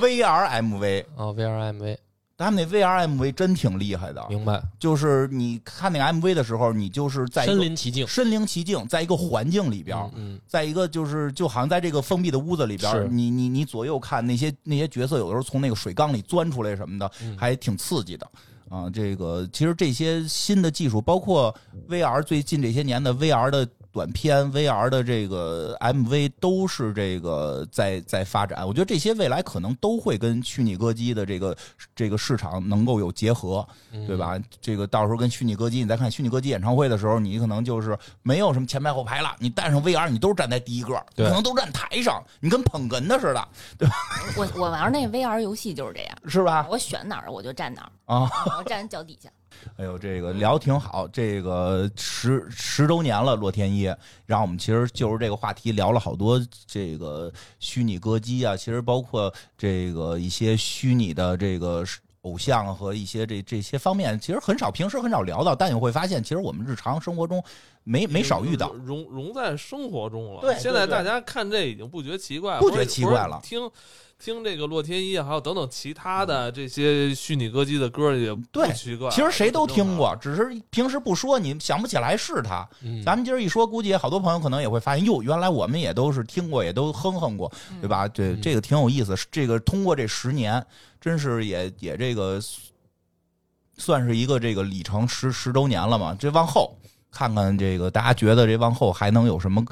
Speaker 2: VR MV，
Speaker 1: 啊，VRMV，
Speaker 2: 他们那 VR MV 真挺厉害的，
Speaker 1: 明白？
Speaker 2: 就是你看那个 MV 的时候，你就是在一个
Speaker 1: 身临其境，
Speaker 2: 身临其境，在一个环境里边。
Speaker 1: 嗯嗯，
Speaker 2: 在一个就是就好像在这个封闭的屋子里边
Speaker 1: 是
Speaker 2: 儿，你你你左右看那些那些角色，有的时候从那个水缸里钻出来什么的，
Speaker 1: 嗯
Speaker 2: 还挺刺激的。啊，这个其实这些新的技术，包括 VR 最近这些年的 VR 的短片、VR 的这个 MV，都是这个在在发展。我觉得这些未来可能都会跟虚拟歌姬的这个这个市场能够有结合。
Speaker 1: 嗯
Speaker 2: 对？吧？这个到时候跟虚拟歌姬，你再看虚拟歌姬演唱会的时候，你可能就是没有什么前排后排了，你戴上 VR，你都是站在第一个，
Speaker 1: 对
Speaker 2: 可能都站台上，你跟捧哏的似的，
Speaker 3: 我我玩那 VR 游戏就是这样，
Speaker 2: 是吧？
Speaker 3: 我选哪儿我就站哪儿，
Speaker 2: 啊，
Speaker 3: 我站脚底下。
Speaker 2: 哎呦，这个聊挺好，这个十十周年了，洛天依，让我们其实就是这个话题聊了好多这个虚拟歌姬啊，其实包括这个一些虚拟的这个偶像和一些这这些方面，其实很少平时很少聊到，但你会发现，其实我们日常生活中没没少遇到。
Speaker 1: 嗯
Speaker 4: 融融在生活中了。
Speaker 2: 对
Speaker 4: 现在
Speaker 2: 对对
Speaker 4: 大家看这已经不觉奇怪，
Speaker 2: 不
Speaker 4: 或
Speaker 2: 觉
Speaker 4: 者
Speaker 2: 奇怪了
Speaker 4: 或者听听这个洛天依啊，还有等等其他的这些虚拟歌姬的歌也不
Speaker 2: 对
Speaker 4: 奇
Speaker 1: 啊
Speaker 4: 怪。
Speaker 2: 其实谁都听
Speaker 4: 很
Speaker 2: 过，只是平时不说，你想不起来是他。
Speaker 1: 嗯，
Speaker 2: 咱们今儿一说，估计好多朋友可能也会发现，哟，原来我们也都是听过，也都哼哼过， 对吧？这
Speaker 1: 嗯
Speaker 2: 这个挺有意思。这个通过这十年，真是也也这个算是一个这个里程十十周年了嘛。这往后看看，这个大家觉得这往后还能有什么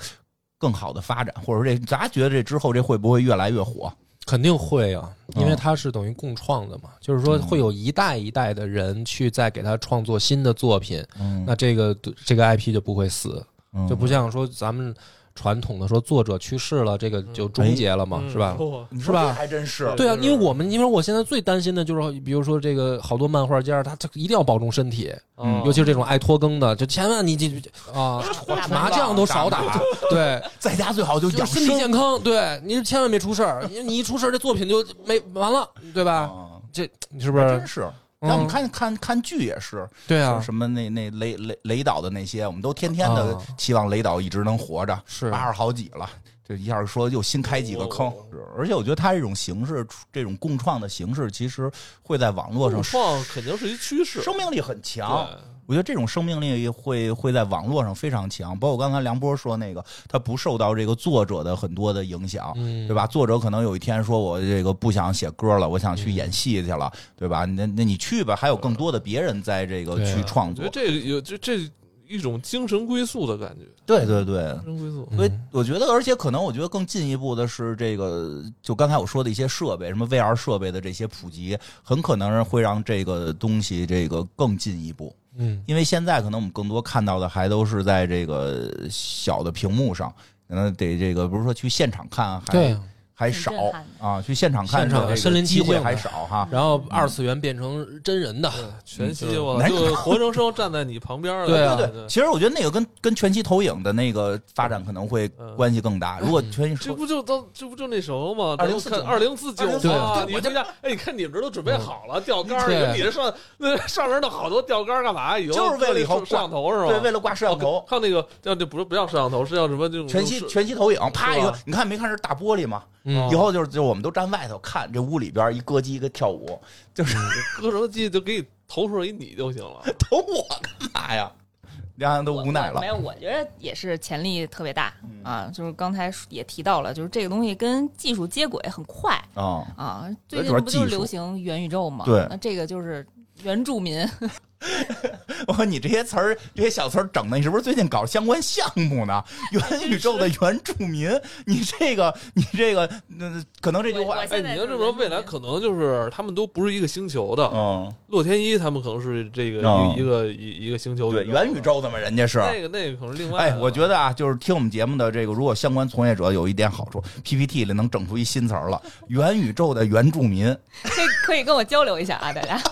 Speaker 2: 更好的发展，或者说这大家觉得这之后这会不会越来越火？
Speaker 1: 肯定会啊，因为
Speaker 2: 嗯
Speaker 1: 它是等于共创的嘛，就是说会有一代一代的人去再给他创作新的作品，
Speaker 2: 嗯
Speaker 1: 那这个这个 IP 就不会死，
Speaker 2: 那
Speaker 1: 就不像说咱们传统的说作者去世了，这个就终结了嘛，
Speaker 4: 多呢
Speaker 1: 是吧？
Speaker 4: 嗯
Speaker 2: 你
Speaker 1: 是
Speaker 2: 说
Speaker 1: 吧
Speaker 2: 这还真是
Speaker 4: 对
Speaker 1: 对啊，
Speaker 4: 就是
Speaker 1: 因为我们因为我现在最担心的就是，比如说这个好多漫画家，他他一定要保重身体，
Speaker 2: 嗯
Speaker 4: 嗯，
Speaker 1: 尤其是这种爱拖更的，就千万你这啊
Speaker 3: 打
Speaker 1: 麻将都少打， 对，
Speaker 2: 在家最好就
Speaker 1: 就
Speaker 2: 养
Speaker 1: 是身体
Speaker 2: 生
Speaker 1: 健康，对，你是千万别出事儿，你你一出事儿这作品就没完了，对吧？
Speaker 2: 啊，
Speaker 1: 这你是不
Speaker 2: 还
Speaker 1: 是
Speaker 2: 真？是。
Speaker 1: 嗯
Speaker 2: 让我们看看看剧也是，
Speaker 1: 对啊，
Speaker 2: 什么那那雷雷雷导的那些，我们都天天的
Speaker 1: 啊
Speaker 2: 期望雷导一直能活着，
Speaker 1: 是
Speaker 2: 八十好几了，这一下说又新开几个坑
Speaker 4: 哦。
Speaker 2: 是而且我觉得他这种形式，这种共创的形式，其实会在网络上
Speaker 4: 共创肯定是一趋势。
Speaker 2: 嗯生命力很强。
Speaker 4: 对，
Speaker 2: 我觉得这种生命力会会在网络上非常强，包括刚才梁波说那个，他不受到这个作者的很多的影响，
Speaker 1: 嗯
Speaker 2: 对吧？作者可能有一天说，我这个不想写歌了，我想去
Speaker 1: 嗯
Speaker 2: 演戏去了，对吧？那那你去吧，还有更多的别人在这个
Speaker 1: 对
Speaker 2: 去
Speaker 1: 啊
Speaker 2: 创
Speaker 4: 我觉
Speaker 2: 作
Speaker 4: 得，这有这这一种精神归宿的感觉，
Speaker 2: 对对对。
Speaker 1: 嗯
Speaker 4: 精神归宿。
Speaker 2: 所以我觉得，而且可能我觉得更进一步的是，这个就刚才我说的一些设备，什么 VR 设备的这些普及，很可能会让这个东西这个更进一步。
Speaker 1: 嗯，
Speaker 2: 因为现在可能我们更多看到的还都是在这个小的屏幕上，可能得这个不是说去现场看啊
Speaker 1: 对
Speaker 2: 还。还
Speaker 3: 挺
Speaker 2: 少
Speaker 3: 震撼
Speaker 2: 啊，去现场看
Speaker 1: 现场
Speaker 2: 这个
Speaker 1: 身临其
Speaker 2: 机会
Speaker 1: 境的
Speaker 2: 还少哈。
Speaker 1: 然后二次元变成真人的，
Speaker 4: 全息
Speaker 1: 嗯
Speaker 4: 我
Speaker 2: 难
Speaker 4: 就活生生站在你旁边
Speaker 3: 嗯
Speaker 4: 了。
Speaker 1: 对啊
Speaker 2: 对对，其实我觉得那个跟跟全息投影的那个发展可能会
Speaker 4: 嗯
Speaker 2: 关系更大。如果全息
Speaker 4: 这
Speaker 2: 投
Speaker 4: 不就到这不就那什么吗？
Speaker 2: 2049
Speaker 4: 二零四九
Speaker 2: 对
Speaker 4: 嘛，
Speaker 2: 对嗯
Speaker 4: 你回家，哎，你看你们这都准备好了钓竿
Speaker 1: 对
Speaker 4: 儿，你这上 那上面的好多钓竿儿干嘛？以后
Speaker 2: 就是为了以后
Speaker 4: 摄摄像头是吧？
Speaker 2: 对，为了挂摄像头
Speaker 4: 哦，看那个叫这不是不叫摄像头，是叫什么这种
Speaker 2: 全息
Speaker 4: 是
Speaker 2: 全息投影，啪
Speaker 4: 是
Speaker 2: 一
Speaker 4: 吧
Speaker 2: 个，你看没看是大玻璃吗？
Speaker 1: 嗯
Speaker 2: 以后就是就是我们都站外头看，这屋里边一歌姬一个跳舞， 就是
Speaker 4: 搁什么机就给你投出来一你就 行了。
Speaker 2: 投我干嘛呀？ 两人都
Speaker 3: 我
Speaker 2: 无奈
Speaker 3: 我
Speaker 2: 了嗯
Speaker 3: 没。有，我觉得也是潜力特别大啊，就是刚才也提到了，就是这个东西跟技术接轨很快
Speaker 2: 啊、
Speaker 3: 啊。
Speaker 2: 主要
Speaker 3: 最近不
Speaker 2: 技
Speaker 3: 就
Speaker 2: 术
Speaker 3: 是流行元宇宙吗？
Speaker 2: 对
Speaker 3: 那这个就是原住民，
Speaker 2: 我说你这些词儿，这些小词儿整的，你是不是最近搞相关项目呢？ 元宇宙的原住民，你这个，你这个，那、可能这句话
Speaker 3: 我，
Speaker 4: 哎，
Speaker 3: 现在
Speaker 4: 你要这
Speaker 3: 就
Speaker 4: 么
Speaker 3: 是
Speaker 4: 说，未来可能就是他们都不是一个星球的。
Speaker 2: 嗯，
Speaker 4: 洛天依他们可能是这个
Speaker 2: 嗯
Speaker 4: 一一个一一个星球，
Speaker 2: 对，元宇，宙的嘛，人家是。
Speaker 4: 那个那个可能是另外
Speaker 2: 哎
Speaker 4: 的。，
Speaker 2: 我觉得啊，就是听我们节目的这个，如果相关从业者有一点好处，PPT 里能整出一新词儿了，元宇宙的原住民。
Speaker 3: 可以可以跟我交流一下啊，大家。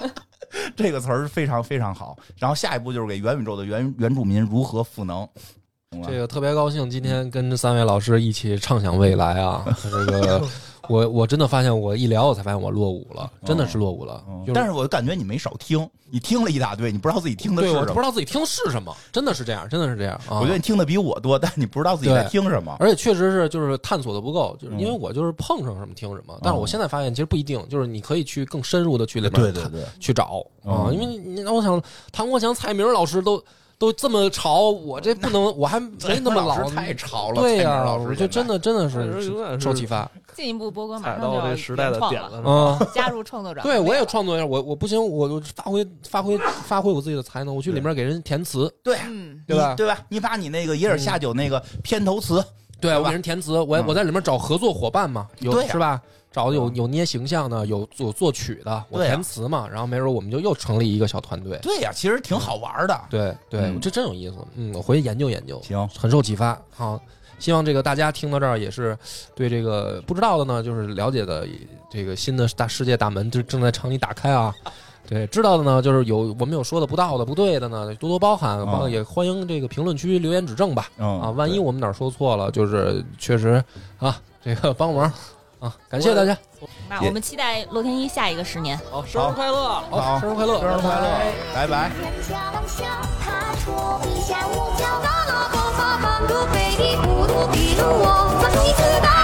Speaker 2: 这个词儿非常非常好。然后下一步就是给元宇宙的原原住民如何赋能。
Speaker 1: 这个特别高兴，今天跟这三位老师一起畅想未来啊！这个我我真的发现，我一聊我才发现我落伍了，真的是落伍了。
Speaker 2: 嗯
Speaker 1: 就是
Speaker 2: 但是我感觉你没少听，你听了一大堆，你不知道自己听的是
Speaker 1: 对，我
Speaker 2: 什么
Speaker 1: 不。知道自己听的是什么，真的是这样，真的是这样。啊、
Speaker 2: 我觉得你听的比我多，但你不知道自己在听什么。
Speaker 1: 而且确实是就是探索的不够，就是
Speaker 2: 嗯
Speaker 1: 因为我就是碰上什么听什么。但是我现在发现其实不一定，就是你可以去更深入的去里面
Speaker 2: 对对
Speaker 1: 探
Speaker 2: 对，
Speaker 1: 去找啊，
Speaker 2: 嗯
Speaker 1: 因为你那我想唐国强、蔡明老师都都这么潮，我这不能，我还没那么
Speaker 2: 蔡明老
Speaker 1: 老，
Speaker 2: 师太潮了
Speaker 1: 对呀、
Speaker 2: 蔡明老师
Speaker 1: 我
Speaker 2: 现
Speaker 1: 就
Speaker 2: 在
Speaker 1: 真的真的
Speaker 4: 蔡明永远
Speaker 1: 是
Speaker 4: 是
Speaker 1: 受启发
Speaker 3: 进一步，波哥马
Speaker 4: 踩
Speaker 3: 上就
Speaker 4: 到
Speaker 3: 要
Speaker 4: 这时代的
Speaker 3: 原创
Speaker 4: 点了，
Speaker 3: 了，
Speaker 4: 是吧
Speaker 1: 啊。
Speaker 3: 加入创作者行
Speaker 1: 对，
Speaker 3: 列了。
Speaker 1: 我也创作一下，我我不行，我就发挥发挥发挥我自己的才能，我去里面给人填词，
Speaker 2: 对
Speaker 3: 嗯，
Speaker 1: 对吧
Speaker 2: 你对吧？你把你那个野尔下酒那个片头词，
Speaker 1: 对
Speaker 2: 吧
Speaker 1: 我给人填词，我也
Speaker 2: 嗯
Speaker 1: 我在里面找合作伙伴嘛，有
Speaker 2: 对呀嗯
Speaker 1: 是吧？找有有捏形象的，有有作曲的，我
Speaker 2: 对啊呀
Speaker 1: 填词嘛，然后没准我们就又成立一个小团队。
Speaker 2: 对呀，其实挺好玩的。
Speaker 1: 对对
Speaker 2: 嗯，
Speaker 1: 这真有意思，嗯，我回去研究研究，
Speaker 2: 行，
Speaker 1: 很受启发啊。希望这个大家听到这儿也是对这个不知道的呢，就是了解的这个新的大世界大门就正在朝你打开啊。对，知道的呢，就是有我们有说的不到的、不对的呢，多多包涵，
Speaker 2: 嗯
Speaker 1: 包也欢迎这个评论区留言指正吧。
Speaker 2: 嗯
Speaker 1: 啊，万一
Speaker 2: 对
Speaker 1: 我们哪儿说错了，就是确实啊，这个帮忙啊，感谢大家，
Speaker 3: 那
Speaker 2: 也
Speaker 3: 我们期待洛天依下一个十年。
Speaker 2: 嗯
Speaker 4: 好，生日快乐！
Speaker 1: 好，生日快乐，
Speaker 2: 生日快乐，拜拜。
Speaker 5: 小龙虾，他说比下我叫那拉高发，满路贝里咕噜比噜我，放你自大。